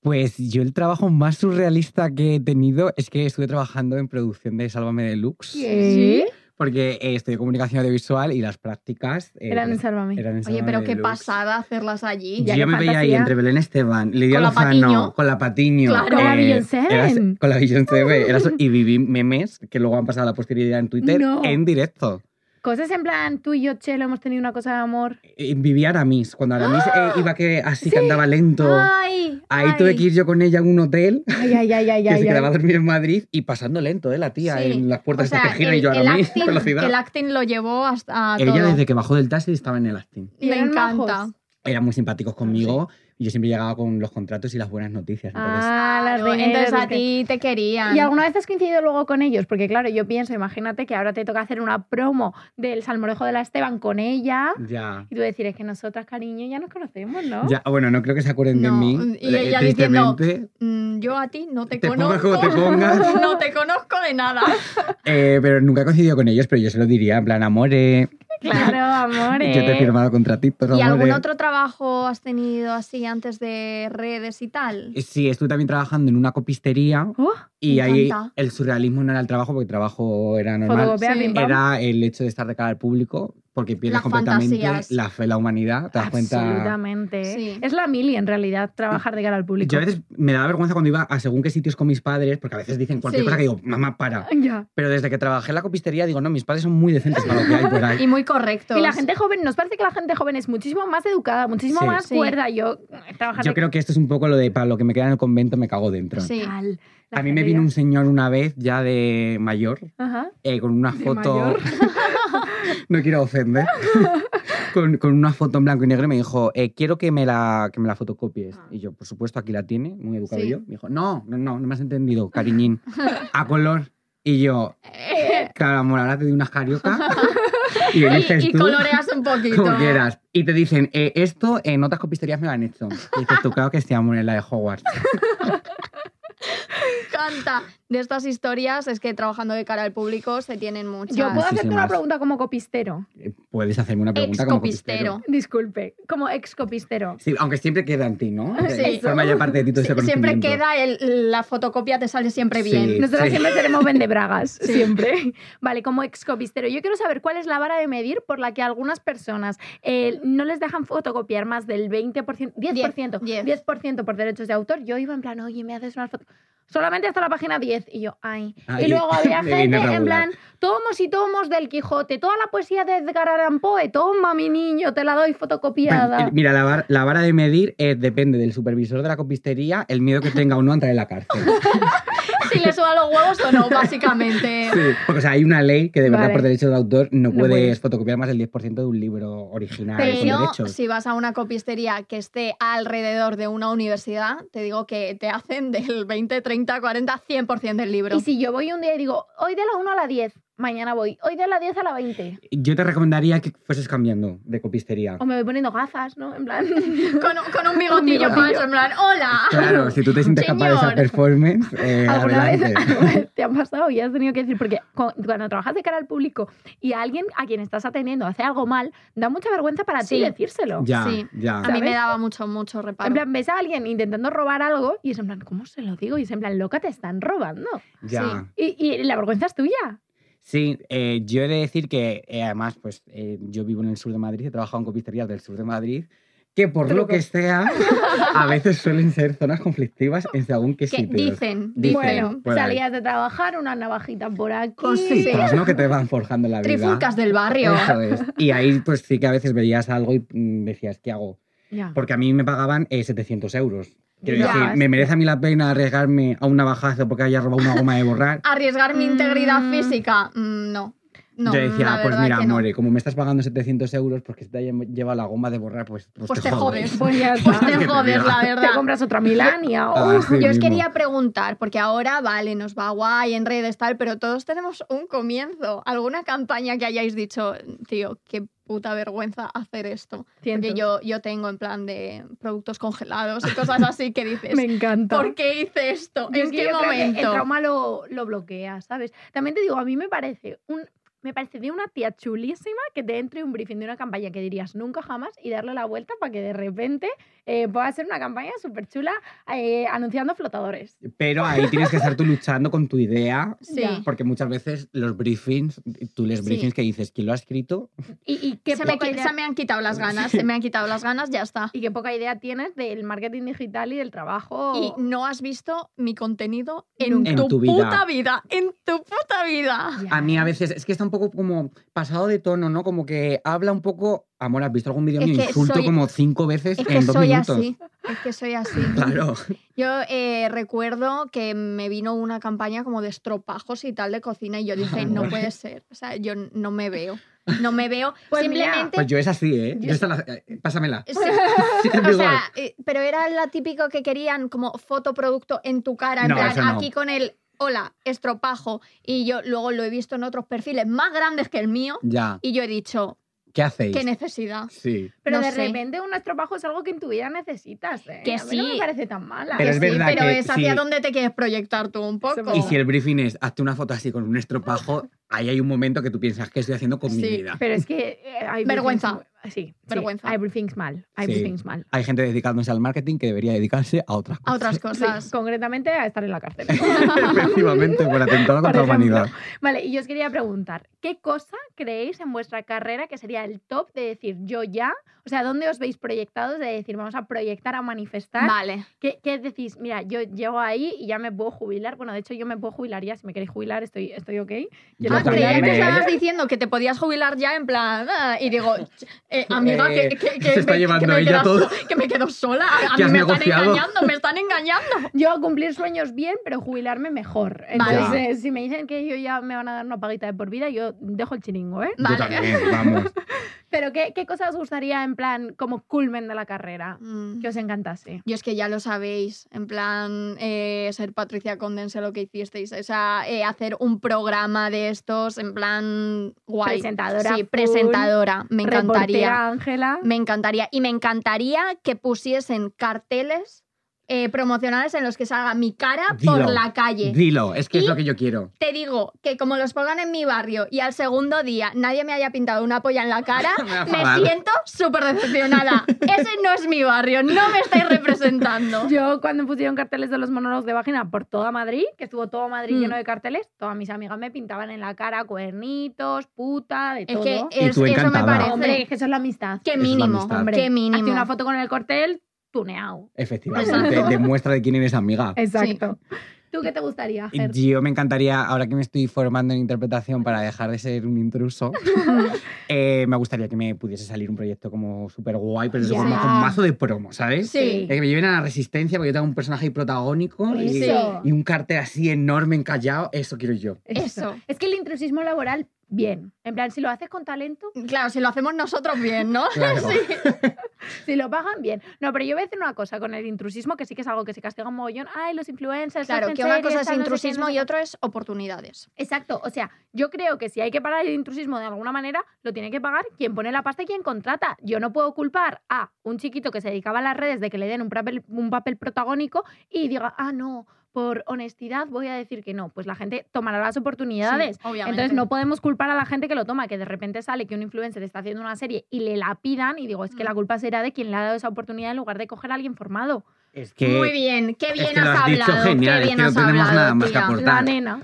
[SPEAKER 5] Pues yo el trabajo más surrealista que he tenido es que estuve trabajando en producción de Sálvame Deluxe.
[SPEAKER 4] ¿Qué?
[SPEAKER 5] Porque eh, estudié comunicación audiovisual y las prácticas eh,
[SPEAKER 4] Eran en Sálvame.
[SPEAKER 5] eran en
[SPEAKER 6] Oye,
[SPEAKER 5] Sálvame
[SPEAKER 6] pero qué
[SPEAKER 5] Deluxe.
[SPEAKER 6] pasada hacerlas allí.
[SPEAKER 4] Ya,
[SPEAKER 5] yo
[SPEAKER 4] qué
[SPEAKER 5] me veía ahí
[SPEAKER 4] fantasía.
[SPEAKER 5] entre Belén Esteban, Lidia
[SPEAKER 6] Con la Patiño.
[SPEAKER 5] Lozano, con la Patiño.
[SPEAKER 6] Claro. Con
[SPEAKER 4] la Beyoncé.
[SPEAKER 5] era- Con la Beyoncé. güey, era so- y viví memes que luego han pasado a la posterioridad en Twitter
[SPEAKER 4] No.
[SPEAKER 5] en directo.
[SPEAKER 4] Cosas en plan, tú y yo, Chelo, hemos tenido una cosa de amor.
[SPEAKER 5] Eh, Viví a Aramis. Cuando Aramis eh, iba que así que andaba lento.
[SPEAKER 6] Ay,
[SPEAKER 5] Ahí
[SPEAKER 6] Ah, ay.
[SPEAKER 5] tuve que ir yo con ella a un hotel
[SPEAKER 4] Ay, ay, ay, ay,
[SPEAKER 5] que se
[SPEAKER 4] ay.
[SPEAKER 5] quedaba a
[SPEAKER 4] ay.
[SPEAKER 5] dormir en Madrid y pasando lento, ¿eh? La tía
[SPEAKER 6] Sí.
[SPEAKER 5] en las
[SPEAKER 6] O
[SPEAKER 5] puertas
[SPEAKER 6] sea,
[SPEAKER 5] estas que giran y yo a
[SPEAKER 6] el
[SPEAKER 5] la
[SPEAKER 6] acting-
[SPEAKER 5] velocidad.
[SPEAKER 6] El acting lo llevó hasta a
[SPEAKER 5] Ella
[SPEAKER 6] todo.
[SPEAKER 5] desde que bajó del taxi estaba en el acting.
[SPEAKER 4] Y
[SPEAKER 6] Me
[SPEAKER 4] eran
[SPEAKER 6] encanta.
[SPEAKER 4] majos.
[SPEAKER 6] Ah,
[SPEAKER 5] Eran muy simpáticos conmigo. Y yo siempre llegaba con los contratos y las buenas noticias. Entonces,
[SPEAKER 4] Ah, las
[SPEAKER 6] Claro,
[SPEAKER 4] de
[SPEAKER 6] entonces
[SPEAKER 4] Nerds,
[SPEAKER 6] a
[SPEAKER 4] que-
[SPEAKER 6] ti te querían.
[SPEAKER 4] Y alguna vez has coincidido luego con ellos, porque claro, yo pienso, imagínate que ahora te toca hacer una promo del salmorejo de la Esteban con ella.
[SPEAKER 5] ya.
[SPEAKER 4] Y tú decir, es que nosotras, cariño, ya nos conocemos, ¿no?
[SPEAKER 5] Ya, bueno, no creo que se acuerden de
[SPEAKER 6] No,
[SPEAKER 5] mí.
[SPEAKER 6] y
[SPEAKER 5] eh,
[SPEAKER 6] ella diciendo,
[SPEAKER 5] tristemente.
[SPEAKER 6] Mm, yo a ti no te,
[SPEAKER 5] Te pongas
[SPEAKER 6] conozco.
[SPEAKER 5] como te pongas.
[SPEAKER 6] no te conozco de nada.
[SPEAKER 5] Eh, pero nunca he coincidido con ellos, pero yo se lo diría, en plan, amore,
[SPEAKER 4] Claro, eh. amores.
[SPEAKER 5] yo te he firmado contratitos,
[SPEAKER 6] ¿Y algún
[SPEAKER 5] amore.
[SPEAKER 6] otro trabajo has tenido así antes de redes y tal?
[SPEAKER 5] Sí, estuve también trabajando en una copistería
[SPEAKER 4] Oh,
[SPEAKER 5] y
[SPEAKER 6] me
[SPEAKER 5] ahí
[SPEAKER 6] encanta.
[SPEAKER 5] el surrealismo no era el trabajo porque el trabajo era normal.
[SPEAKER 4] fotocopia,
[SPEAKER 6] Sí.
[SPEAKER 4] pim, pam.
[SPEAKER 5] Era el hecho de estar de cara al público porque pierdes
[SPEAKER 6] Las
[SPEAKER 5] completamente
[SPEAKER 6] fantasías.
[SPEAKER 5] la fe en la humanidad. ¿Te das cuenta?
[SPEAKER 4] Absolutamente.
[SPEAKER 6] Sí.
[SPEAKER 4] Es la mili, en realidad, trabajar de cara al público.
[SPEAKER 5] Yo a veces me daba vergüenza cuando iba a según qué sitios con mis padres porque a veces dicen cualquier
[SPEAKER 6] Sí.
[SPEAKER 5] cosa que digo, mamá, para.
[SPEAKER 4] Ya.
[SPEAKER 5] Pero desde que trabajé en la copistería digo, no, mis padres son muy decentes para lo que hay por ahí.
[SPEAKER 6] Y muy correcto.
[SPEAKER 4] Y la gente joven, nos parece que la gente joven es muchísimo más educada, muchísimo
[SPEAKER 5] Sí.
[SPEAKER 4] más
[SPEAKER 6] Sí.
[SPEAKER 4] cuerda. Yo, eh, trabajar
[SPEAKER 5] Yo
[SPEAKER 4] de-
[SPEAKER 5] creo que esto es un poco lo de para lo que me queda en el convento me cago dentro.
[SPEAKER 6] Sí.
[SPEAKER 4] Tal. La
[SPEAKER 5] A mí me
[SPEAKER 4] gente
[SPEAKER 5] vino
[SPEAKER 4] ya-
[SPEAKER 5] un señor una vez ya de mayor
[SPEAKER 4] Ajá.
[SPEAKER 5] eh, con una
[SPEAKER 4] ¿De
[SPEAKER 5] foto.
[SPEAKER 4] mayor?
[SPEAKER 5] no quiero ofender. con, con una foto en blanco y negro y me dijo, eh, quiero que me, la, que me la fotocopies. Y yo, por supuesto, aquí la tiene, muy educado
[SPEAKER 6] Ah. Sí.
[SPEAKER 5] yo. Me dijo, no, no, no, no me has entendido, cariñín. A color. Y yo, claro, amor, ahora te doy unas cariocas. y eliges
[SPEAKER 6] y, y
[SPEAKER 5] tú.
[SPEAKER 6] coloreas un poquito.
[SPEAKER 5] Como quieras. Y te dicen, eh, esto en otras copisterías me lo han hecho. Y dices, tú, claro que sí, amor, en la de Hogwarts.
[SPEAKER 6] Me encanta. De estas historias es que trabajando de cara al público se tienen muchas.
[SPEAKER 4] Yo puedo hacerte una
[SPEAKER 5] Muchísimas.
[SPEAKER 4] pregunta como copistero.
[SPEAKER 5] Eh, Puedes hacerme una pregunta
[SPEAKER 6] Ex
[SPEAKER 5] como copistero.
[SPEAKER 6] copistero.
[SPEAKER 4] Disculpe, como ex copistero.
[SPEAKER 5] Sí, aunque siempre queda en ti, ¿no?
[SPEAKER 6] Sí.
[SPEAKER 5] De Forma ya parte de ti todo
[SPEAKER 6] Sie-
[SPEAKER 5] ese
[SPEAKER 6] siempre
[SPEAKER 5] conocimiento.
[SPEAKER 6] queda el- la fotocopia, te sale siempre
[SPEAKER 5] Sí.
[SPEAKER 6] bien.
[SPEAKER 4] Nosotras
[SPEAKER 5] Sí.
[SPEAKER 4] siempre seremos vendebragas, siempre. Vale, como ex copistero, yo quiero saber cuál es la vara de medir por la que algunas personas eh, no les dejan fotocopiar más del 20%, 10%,
[SPEAKER 6] Diez,
[SPEAKER 4] 10% por derechos de autor. Yo iba en plan, oye, me haces una foto. Solamente hasta la página 10. Y yo, ay.
[SPEAKER 5] Ay,
[SPEAKER 4] y luego había
[SPEAKER 5] me
[SPEAKER 4] gente
[SPEAKER 5] viene regular.
[SPEAKER 4] en plan, tomos y tomos del Quijote, toda la poesía de Edgar Allan Poe, toma mi niño, te la doy fotocopiada.
[SPEAKER 5] Eh, Mira, la, var- la vara de medir eh, depende del supervisor de la copistería, el miedo que tenga o no a entrar en la cárcel.
[SPEAKER 6] Si le sudan los huevos o no, básicamente.
[SPEAKER 5] Sí, Porque, o sea, hay una ley que de verdad
[SPEAKER 4] Vale.
[SPEAKER 5] por derecho de autor no
[SPEAKER 4] No
[SPEAKER 5] puedes
[SPEAKER 4] puedes.
[SPEAKER 5] fotocopiar más del 10% de un libro original con
[SPEAKER 6] Pero
[SPEAKER 5] derechos.
[SPEAKER 6] si vas a una copistería que esté alrededor de una universidad, te digo que te hacen del 20, 30, 40, 100% del libro.
[SPEAKER 4] Y si yo voy un día y digo, hoy de la 1 a la 10, mañana voy, hoy de la 10 a la 20.
[SPEAKER 5] Yo te recomendaría que fueses cambiando de copistería.
[SPEAKER 4] O me voy poniendo gafas, ¿no? En plan.
[SPEAKER 6] Con, con un bigotillo
[SPEAKER 4] bigotillo.
[SPEAKER 6] falso, en plan, hola.
[SPEAKER 4] ah,
[SPEAKER 5] Claro, si tú te sientes capaz de esa
[SPEAKER 6] Señor.
[SPEAKER 5] performance, eh,
[SPEAKER 4] ¿Alguna vez,
[SPEAKER 5] adelante.
[SPEAKER 4] alguna vez te ha pasado y has tenido que decir? Porque cu- cuando trabajas de cara al público y alguien a quien estás atendiendo hace algo mal, da mucha vergüenza para
[SPEAKER 6] Sí.
[SPEAKER 4] ti decírselo.
[SPEAKER 5] Ya,
[SPEAKER 6] Sí.
[SPEAKER 5] ya.
[SPEAKER 6] A mí me
[SPEAKER 4] ¿Sabes?
[SPEAKER 6] daba mucho, mucho reparo.
[SPEAKER 4] En plan, ves a alguien intentando robar algo y es en plan, ¿cómo se lo digo? Y es en plan, loca, te están robando.
[SPEAKER 5] Ya.
[SPEAKER 4] Y, y la vergüenza es tuya.
[SPEAKER 5] Sí, eh, yo he de decir que eh, además, pues eh, yo vivo en el sur de Madrid, he trabajado en copisterías del sur de Madrid, que por lo que sea, a veces suelen ser zonas conflictivas en según qué
[SPEAKER 6] que
[SPEAKER 5] sitios.
[SPEAKER 6] dicen,
[SPEAKER 5] Dicen.
[SPEAKER 6] dicen.
[SPEAKER 4] bueno,
[SPEAKER 5] por ahí. Oh,
[SPEAKER 4] salías de trabajar, una navajita por aquí.
[SPEAKER 5] Cositas, ¿no? Que te van forjando la vida.
[SPEAKER 6] Trifulcas del barrio.
[SPEAKER 5] Eso es. Y ahí, pues sí que a veces veías algo y mm, decías, ¿qué hago?
[SPEAKER 4] Ya.
[SPEAKER 5] Porque a mí me pagaban eh, 700 euros. Quiero
[SPEAKER 4] Ya,
[SPEAKER 5] decir,
[SPEAKER 4] es
[SPEAKER 5] ¿me merece a mí la pena arriesgarme a un navajazo porque haya robado una goma de borrar?
[SPEAKER 6] Arriesgar mi integridad
[SPEAKER 4] Mm.
[SPEAKER 6] física, mm, no. No,
[SPEAKER 5] yo decía,
[SPEAKER 6] la
[SPEAKER 5] "Ah, pues
[SPEAKER 6] verdad
[SPEAKER 5] mira,
[SPEAKER 6] que no.
[SPEAKER 5] more, como me estás pagando 700 euros porque se te haya llevado la goma de borrar, pues, pues,
[SPEAKER 6] Pues te jodes.
[SPEAKER 4] Pues ya está.
[SPEAKER 6] Pues te jodes, la
[SPEAKER 4] Te
[SPEAKER 6] verdad. Ah.
[SPEAKER 4] compras otra Milania. oh. o-
[SPEAKER 5] Así
[SPEAKER 6] Yo os
[SPEAKER 5] mismo.
[SPEAKER 6] quería preguntar, porque ahora, vale, nos va guay en redes tal, pero todos tenemos un comienzo. ¿Alguna campaña que hayáis dicho, tío, qué puta vergüenza hacer esto? Porque
[SPEAKER 4] Cientos.
[SPEAKER 6] yo, yo tengo en plan de productos congelados y cosas así que dices,
[SPEAKER 4] Me encanta.
[SPEAKER 6] ¿por qué hice esto?
[SPEAKER 4] Yo
[SPEAKER 6] ¿En
[SPEAKER 4] es que
[SPEAKER 6] qué
[SPEAKER 4] yo creo que el
[SPEAKER 6] momento?
[SPEAKER 4] trauma lo, lo bloquea, ¿sabes? También te digo, a mí me parece un me parecería una tía chulísima que te entre un briefing de una campaña que dirías nunca jamás y darle la vuelta para que de repente eh, pueda ser una campaña súper chula anunciando flotadores.
[SPEAKER 5] Pero ahí tienes que estar tú luchando con tu idea.
[SPEAKER 6] Sí.
[SPEAKER 4] Ya.
[SPEAKER 5] Porque muchas veces los briefings, tú lees
[SPEAKER 6] Sí.
[SPEAKER 5] briefings que dices, ¿quién lo ha escrito?
[SPEAKER 4] Y, y qué
[SPEAKER 6] se, me,
[SPEAKER 4] poca
[SPEAKER 6] qui-
[SPEAKER 4] idea-
[SPEAKER 6] se me han quitado las ganas, se me han quitado las ganas, ya está.
[SPEAKER 4] y qué poca idea tienes del marketing digital y del trabajo.
[SPEAKER 6] Y no has visto mi contenido en,
[SPEAKER 4] Nunca.
[SPEAKER 5] En
[SPEAKER 6] tu,
[SPEAKER 5] tu vida.
[SPEAKER 6] puta vida, en tu puta vida.
[SPEAKER 4] Ya.
[SPEAKER 5] A mí a veces es que está un poco como pasado de tono, ¿no? Como que habla un poco. Amor, ¿has visto algún vídeo
[SPEAKER 6] Es
[SPEAKER 5] mío?
[SPEAKER 6] que
[SPEAKER 5] Insulto
[SPEAKER 6] soy-
[SPEAKER 5] como cinco veces
[SPEAKER 6] Es que
[SPEAKER 5] en dos
[SPEAKER 6] soy
[SPEAKER 5] minutos.
[SPEAKER 6] así, es que soy así.
[SPEAKER 5] Claro.
[SPEAKER 6] Yo eh, recuerdo que me vino una campaña como de estropajos y tal de cocina y yo dije, no puede ser, o sea, yo no me veo. No me veo.
[SPEAKER 4] Pues
[SPEAKER 6] Simplemente.
[SPEAKER 5] Pues yo es así, ¿eh? Yo
[SPEAKER 4] Yo-
[SPEAKER 5] esta la- eh, Pásamela.
[SPEAKER 6] Sí.
[SPEAKER 5] Siempre
[SPEAKER 6] O
[SPEAKER 5] igual.
[SPEAKER 6] sea, eh, pero era la típico que querían como fotoproducto en tu cara, en
[SPEAKER 5] No,
[SPEAKER 6] plan,
[SPEAKER 5] eso no.
[SPEAKER 6] aquí con el hola, estropajo. Y yo luego lo he visto en otros perfiles más grandes que el mío.
[SPEAKER 5] Ya.
[SPEAKER 6] Y yo he dicho,
[SPEAKER 5] ¿Qué hacéis?
[SPEAKER 6] qué necesidad.
[SPEAKER 5] Sí.
[SPEAKER 4] Pero
[SPEAKER 6] No
[SPEAKER 4] de
[SPEAKER 6] sé.
[SPEAKER 4] repente un estropajo es algo que en tu vida necesitas, ¿eh?
[SPEAKER 6] Que
[SPEAKER 4] A mí no
[SPEAKER 6] sí.
[SPEAKER 4] me parece tan mala.
[SPEAKER 5] Pero
[SPEAKER 6] Que
[SPEAKER 5] es verdad
[SPEAKER 6] sí, pero
[SPEAKER 5] que
[SPEAKER 6] es hacia
[SPEAKER 5] sí.
[SPEAKER 6] dónde te quieres proyectar tú un poco.
[SPEAKER 5] Y si el briefing es hazte una foto así con un estropajo, ahí hay un momento que tú piensas, ¿qué estoy haciendo con mi
[SPEAKER 6] Sí,
[SPEAKER 5] vida?
[SPEAKER 4] Pero es que eh, hay
[SPEAKER 6] Vergüenza.
[SPEAKER 4] briefings muy- Sí, sí,
[SPEAKER 6] Vergüenza.
[SPEAKER 4] Hay briefings mal. Hay
[SPEAKER 5] Sí.
[SPEAKER 4] briefings mal.
[SPEAKER 5] Hay gente dedicándose al marketing que debería dedicarse a otras
[SPEAKER 6] A
[SPEAKER 5] cosas.
[SPEAKER 6] otras
[SPEAKER 4] Sí,
[SPEAKER 6] cosas.
[SPEAKER 4] concretamente a estar en la cárcel.
[SPEAKER 5] Efectivamente, por atentado
[SPEAKER 4] Por
[SPEAKER 5] contra la
[SPEAKER 4] ejemplo.
[SPEAKER 5] humanidad.
[SPEAKER 4] Vale, y yo os quería preguntar, ¿qué cosa creéis en vuestra carrera que sería el top de decir yo ya? O sea, ¿dónde os veis proyectados de decir vamos a proyectar, a manifestar?
[SPEAKER 6] Vale.
[SPEAKER 4] ¿Qué, qué decís? Mira, yo llego ahí y ya me puedo jubilar. Bueno, de hecho yo me puedo jubilar ya, si me queréis jubilar estoy, estoy ok. Yo
[SPEAKER 6] Ah,
[SPEAKER 4] también
[SPEAKER 6] creía
[SPEAKER 5] ¿eh?
[SPEAKER 6] que
[SPEAKER 4] me-
[SPEAKER 6] estabas diciendo que te podías jubilar ya en plan. ah, y digo, eh, amiga,
[SPEAKER 5] Eh,
[SPEAKER 6] que, que- que
[SPEAKER 5] se está
[SPEAKER 6] me,
[SPEAKER 5] llevando
[SPEAKER 6] que me
[SPEAKER 5] ella
[SPEAKER 6] quedo
[SPEAKER 5] todo.
[SPEAKER 6] so- que me quedo sola. A mí
[SPEAKER 5] ¿Qué has
[SPEAKER 6] me están
[SPEAKER 5] negociado?
[SPEAKER 6] engañando, me están engañando.
[SPEAKER 4] Yo a cumplir sueños bien, pero jubilarme mejor.
[SPEAKER 6] Vale.
[SPEAKER 4] Entonces, eh, si me dicen que yo ya me van a dar una paguita de por vida, yo dejo el chiringo, ¿eh?
[SPEAKER 6] Vale.
[SPEAKER 5] Yo también, vamos.
[SPEAKER 4] Pero ¿qué, qué cosa os gustaría en plan como culmen de la carrera?
[SPEAKER 6] Mm.
[SPEAKER 4] Que os encantase.
[SPEAKER 6] Yo es que ya lo sabéis, en plan, eh, ser Patricia Condense lo que hicisteis, o sea, eh, hacer un programa de estos, en plan, guay.
[SPEAKER 4] Presentadora
[SPEAKER 6] Sí,
[SPEAKER 4] full,
[SPEAKER 6] presentadora, me encantaría.
[SPEAKER 4] Reportera Ángela.
[SPEAKER 6] Me encantaría. Y me encantaría que pusiesen carteles eh, promocionales en los que salga mi cara
[SPEAKER 5] Dilo,
[SPEAKER 6] por la calle.
[SPEAKER 5] Dilo, es que es
[SPEAKER 6] Y-
[SPEAKER 5] lo que yo quiero.
[SPEAKER 6] Te digo que como los pongan en mi barrio y al segundo día nadie me haya pintado una polla en la cara,
[SPEAKER 5] Me va a
[SPEAKER 6] me
[SPEAKER 5] enfadar.
[SPEAKER 6] siento súper decepcionada. Ese no es mi barrio, no me estáis representando.
[SPEAKER 4] Yo cuando pusieron carteles de los monólogos de vagina por toda Madrid, que estuvo todo Madrid
[SPEAKER 6] Mm.
[SPEAKER 4] lleno de carteles, todas mis amigas me pintaban en la cara cuernitos, puta, de
[SPEAKER 6] Es
[SPEAKER 4] todo.
[SPEAKER 6] que
[SPEAKER 5] Y
[SPEAKER 6] es- eso
[SPEAKER 5] tú
[SPEAKER 6] me
[SPEAKER 5] encantada.
[SPEAKER 6] parece.
[SPEAKER 4] Hombre, es que eso es la amistad.
[SPEAKER 6] qué
[SPEAKER 5] es la
[SPEAKER 6] mínimo,
[SPEAKER 5] amistad.
[SPEAKER 4] Hombre,
[SPEAKER 6] qué mínimo.
[SPEAKER 4] hazte una foto con el cartel tuneado.
[SPEAKER 5] Efectivamente,
[SPEAKER 6] Exacto.
[SPEAKER 5] demuestra de quién eres amiga.
[SPEAKER 4] Exacto. ¿Tú qué te gustaría, Ger?
[SPEAKER 5] Yo me encantaría, ahora que me estoy formando en interpretación para dejar de ser un intruso, eh, me gustaría que me pudiese salir un proyecto como súper guay, pero eso
[SPEAKER 4] Ya.
[SPEAKER 5] con, con mazo de promo, ¿sabes?
[SPEAKER 6] Sí.
[SPEAKER 5] Eh, que me lleven a la resistencia porque yo tengo un personaje ahí protagónico y,
[SPEAKER 4] Eso.
[SPEAKER 5] y un cartel así enorme encallado, eso quiero yo.
[SPEAKER 6] Eso.
[SPEAKER 4] Es que el intrusismo laboral, bien. En plan, si lo haces con talento,
[SPEAKER 6] Claro, si lo hacemos nosotros bien, ¿no?
[SPEAKER 5] Claro.
[SPEAKER 4] si lo pagan, bien. No, pero yo voy a decir una cosa con el intrusismo, que sí que es algo que se castiga un mogollón. Ay, los influencers.
[SPEAKER 6] Claro,
[SPEAKER 4] hacen
[SPEAKER 6] que una
[SPEAKER 4] series,
[SPEAKER 6] cosa es
[SPEAKER 4] tal, no sé qué, no
[SPEAKER 6] intrusismo
[SPEAKER 4] sé
[SPEAKER 6] y
[SPEAKER 4] cuánto.
[SPEAKER 6] otra es oportunidades.
[SPEAKER 4] Exacto, o sea, yo creo que si hay que parar el intrusismo de alguna manera, lo tiene que pagar quien pone la pasta y quien contrata. Yo no puedo culpar a un chiquito que se dedicaba a las redes de que le den un papel, un papel protagónico y diga, ah, no, por honestidad voy a decir que no. Pues la gente tomará las oportunidades.
[SPEAKER 6] Sí, obviamente.
[SPEAKER 4] Entonces no podemos culpar a la gente que lo toma, que de repente sale que un influencer está haciendo una serie y le la pidan y digo, es que la culpa será de quien le ha dado esa oportunidad en lugar de coger a alguien formado.
[SPEAKER 5] Es que
[SPEAKER 6] Muy bien, qué bien
[SPEAKER 5] es que lo
[SPEAKER 6] has,
[SPEAKER 5] has dicho
[SPEAKER 6] hablado.
[SPEAKER 5] genial,
[SPEAKER 6] qué
[SPEAKER 5] es
[SPEAKER 6] bien
[SPEAKER 5] que no
[SPEAKER 6] has
[SPEAKER 5] tenemos
[SPEAKER 6] hablado,
[SPEAKER 5] nada más que
[SPEAKER 6] tía.
[SPEAKER 5] aportar.
[SPEAKER 4] La
[SPEAKER 5] Total.
[SPEAKER 4] nena.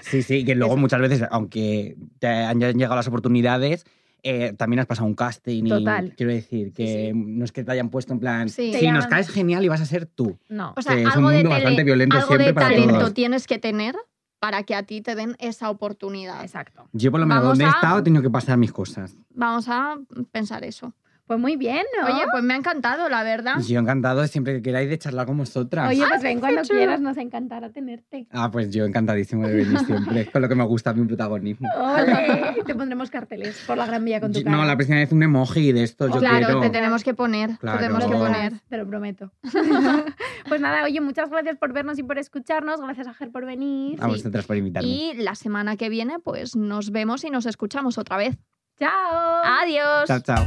[SPEAKER 5] Sí, sí, que luego muchas veces, aunque te hayan llegado las oportunidades, eh, también has pasado un casting. y
[SPEAKER 4] Total.
[SPEAKER 5] quiero decir, que no es que te hayan puesto en plan,
[SPEAKER 6] Sí.
[SPEAKER 5] sí,
[SPEAKER 4] Te
[SPEAKER 5] nos
[SPEAKER 4] llaman-
[SPEAKER 5] caes genial y vas a ser tú.
[SPEAKER 4] No.
[SPEAKER 6] O sea,
[SPEAKER 5] que es un
[SPEAKER 6] algo de,
[SPEAKER 5] mundo
[SPEAKER 6] tele-
[SPEAKER 5] bastante violento
[SPEAKER 6] algo
[SPEAKER 5] siempre
[SPEAKER 6] de
[SPEAKER 5] para
[SPEAKER 6] talento
[SPEAKER 5] todos.
[SPEAKER 6] tienes que tener para que a ti te den esa oportunidad.
[SPEAKER 4] Exacto.
[SPEAKER 5] Yo por lo menos
[SPEAKER 6] Vamos
[SPEAKER 5] donde he
[SPEAKER 6] a-
[SPEAKER 5] estado he tenido que pasar mis cosas.
[SPEAKER 6] Vamos a pensar eso.
[SPEAKER 4] Pues muy bien, ¿no?
[SPEAKER 6] Oye, pues me ha encantado, la verdad.
[SPEAKER 5] Yo encantado siempre que queráis de charlar con vosotras.
[SPEAKER 4] Oye, pues ven cuando
[SPEAKER 6] chulo.
[SPEAKER 4] quieras, nos encantará tenerte.
[SPEAKER 5] Ah, pues yo encantadísimo de venir siempre, con lo que me gusta mi protagonismo.
[SPEAKER 4] Ole, te pondremos carteles por la Gran Vía con tu
[SPEAKER 5] Yo-
[SPEAKER 4] cara.
[SPEAKER 5] No, la próxima vez un emoji de esto, yo
[SPEAKER 6] Pues claro,
[SPEAKER 5] quiero.
[SPEAKER 6] te tenemos que poner. te
[SPEAKER 5] Claro.
[SPEAKER 6] tenemos que
[SPEAKER 4] Lo
[SPEAKER 5] Lo
[SPEAKER 6] poner.
[SPEAKER 4] harás, Te lo prometo. pues nada, oye, muchas gracias por vernos y por escucharnos. Gracias a Ger por venir.
[SPEAKER 5] A
[SPEAKER 6] Sí.
[SPEAKER 5] vosotras por invitarme.
[SPEAKER 6] Y la semana que viene, pues nos vemos y nos escuchamos otra vez.
[SPEAKER 4] ¡Chao!
[SPEAKER 6] Adiós.
[SPEAKER 5] Chao, chao.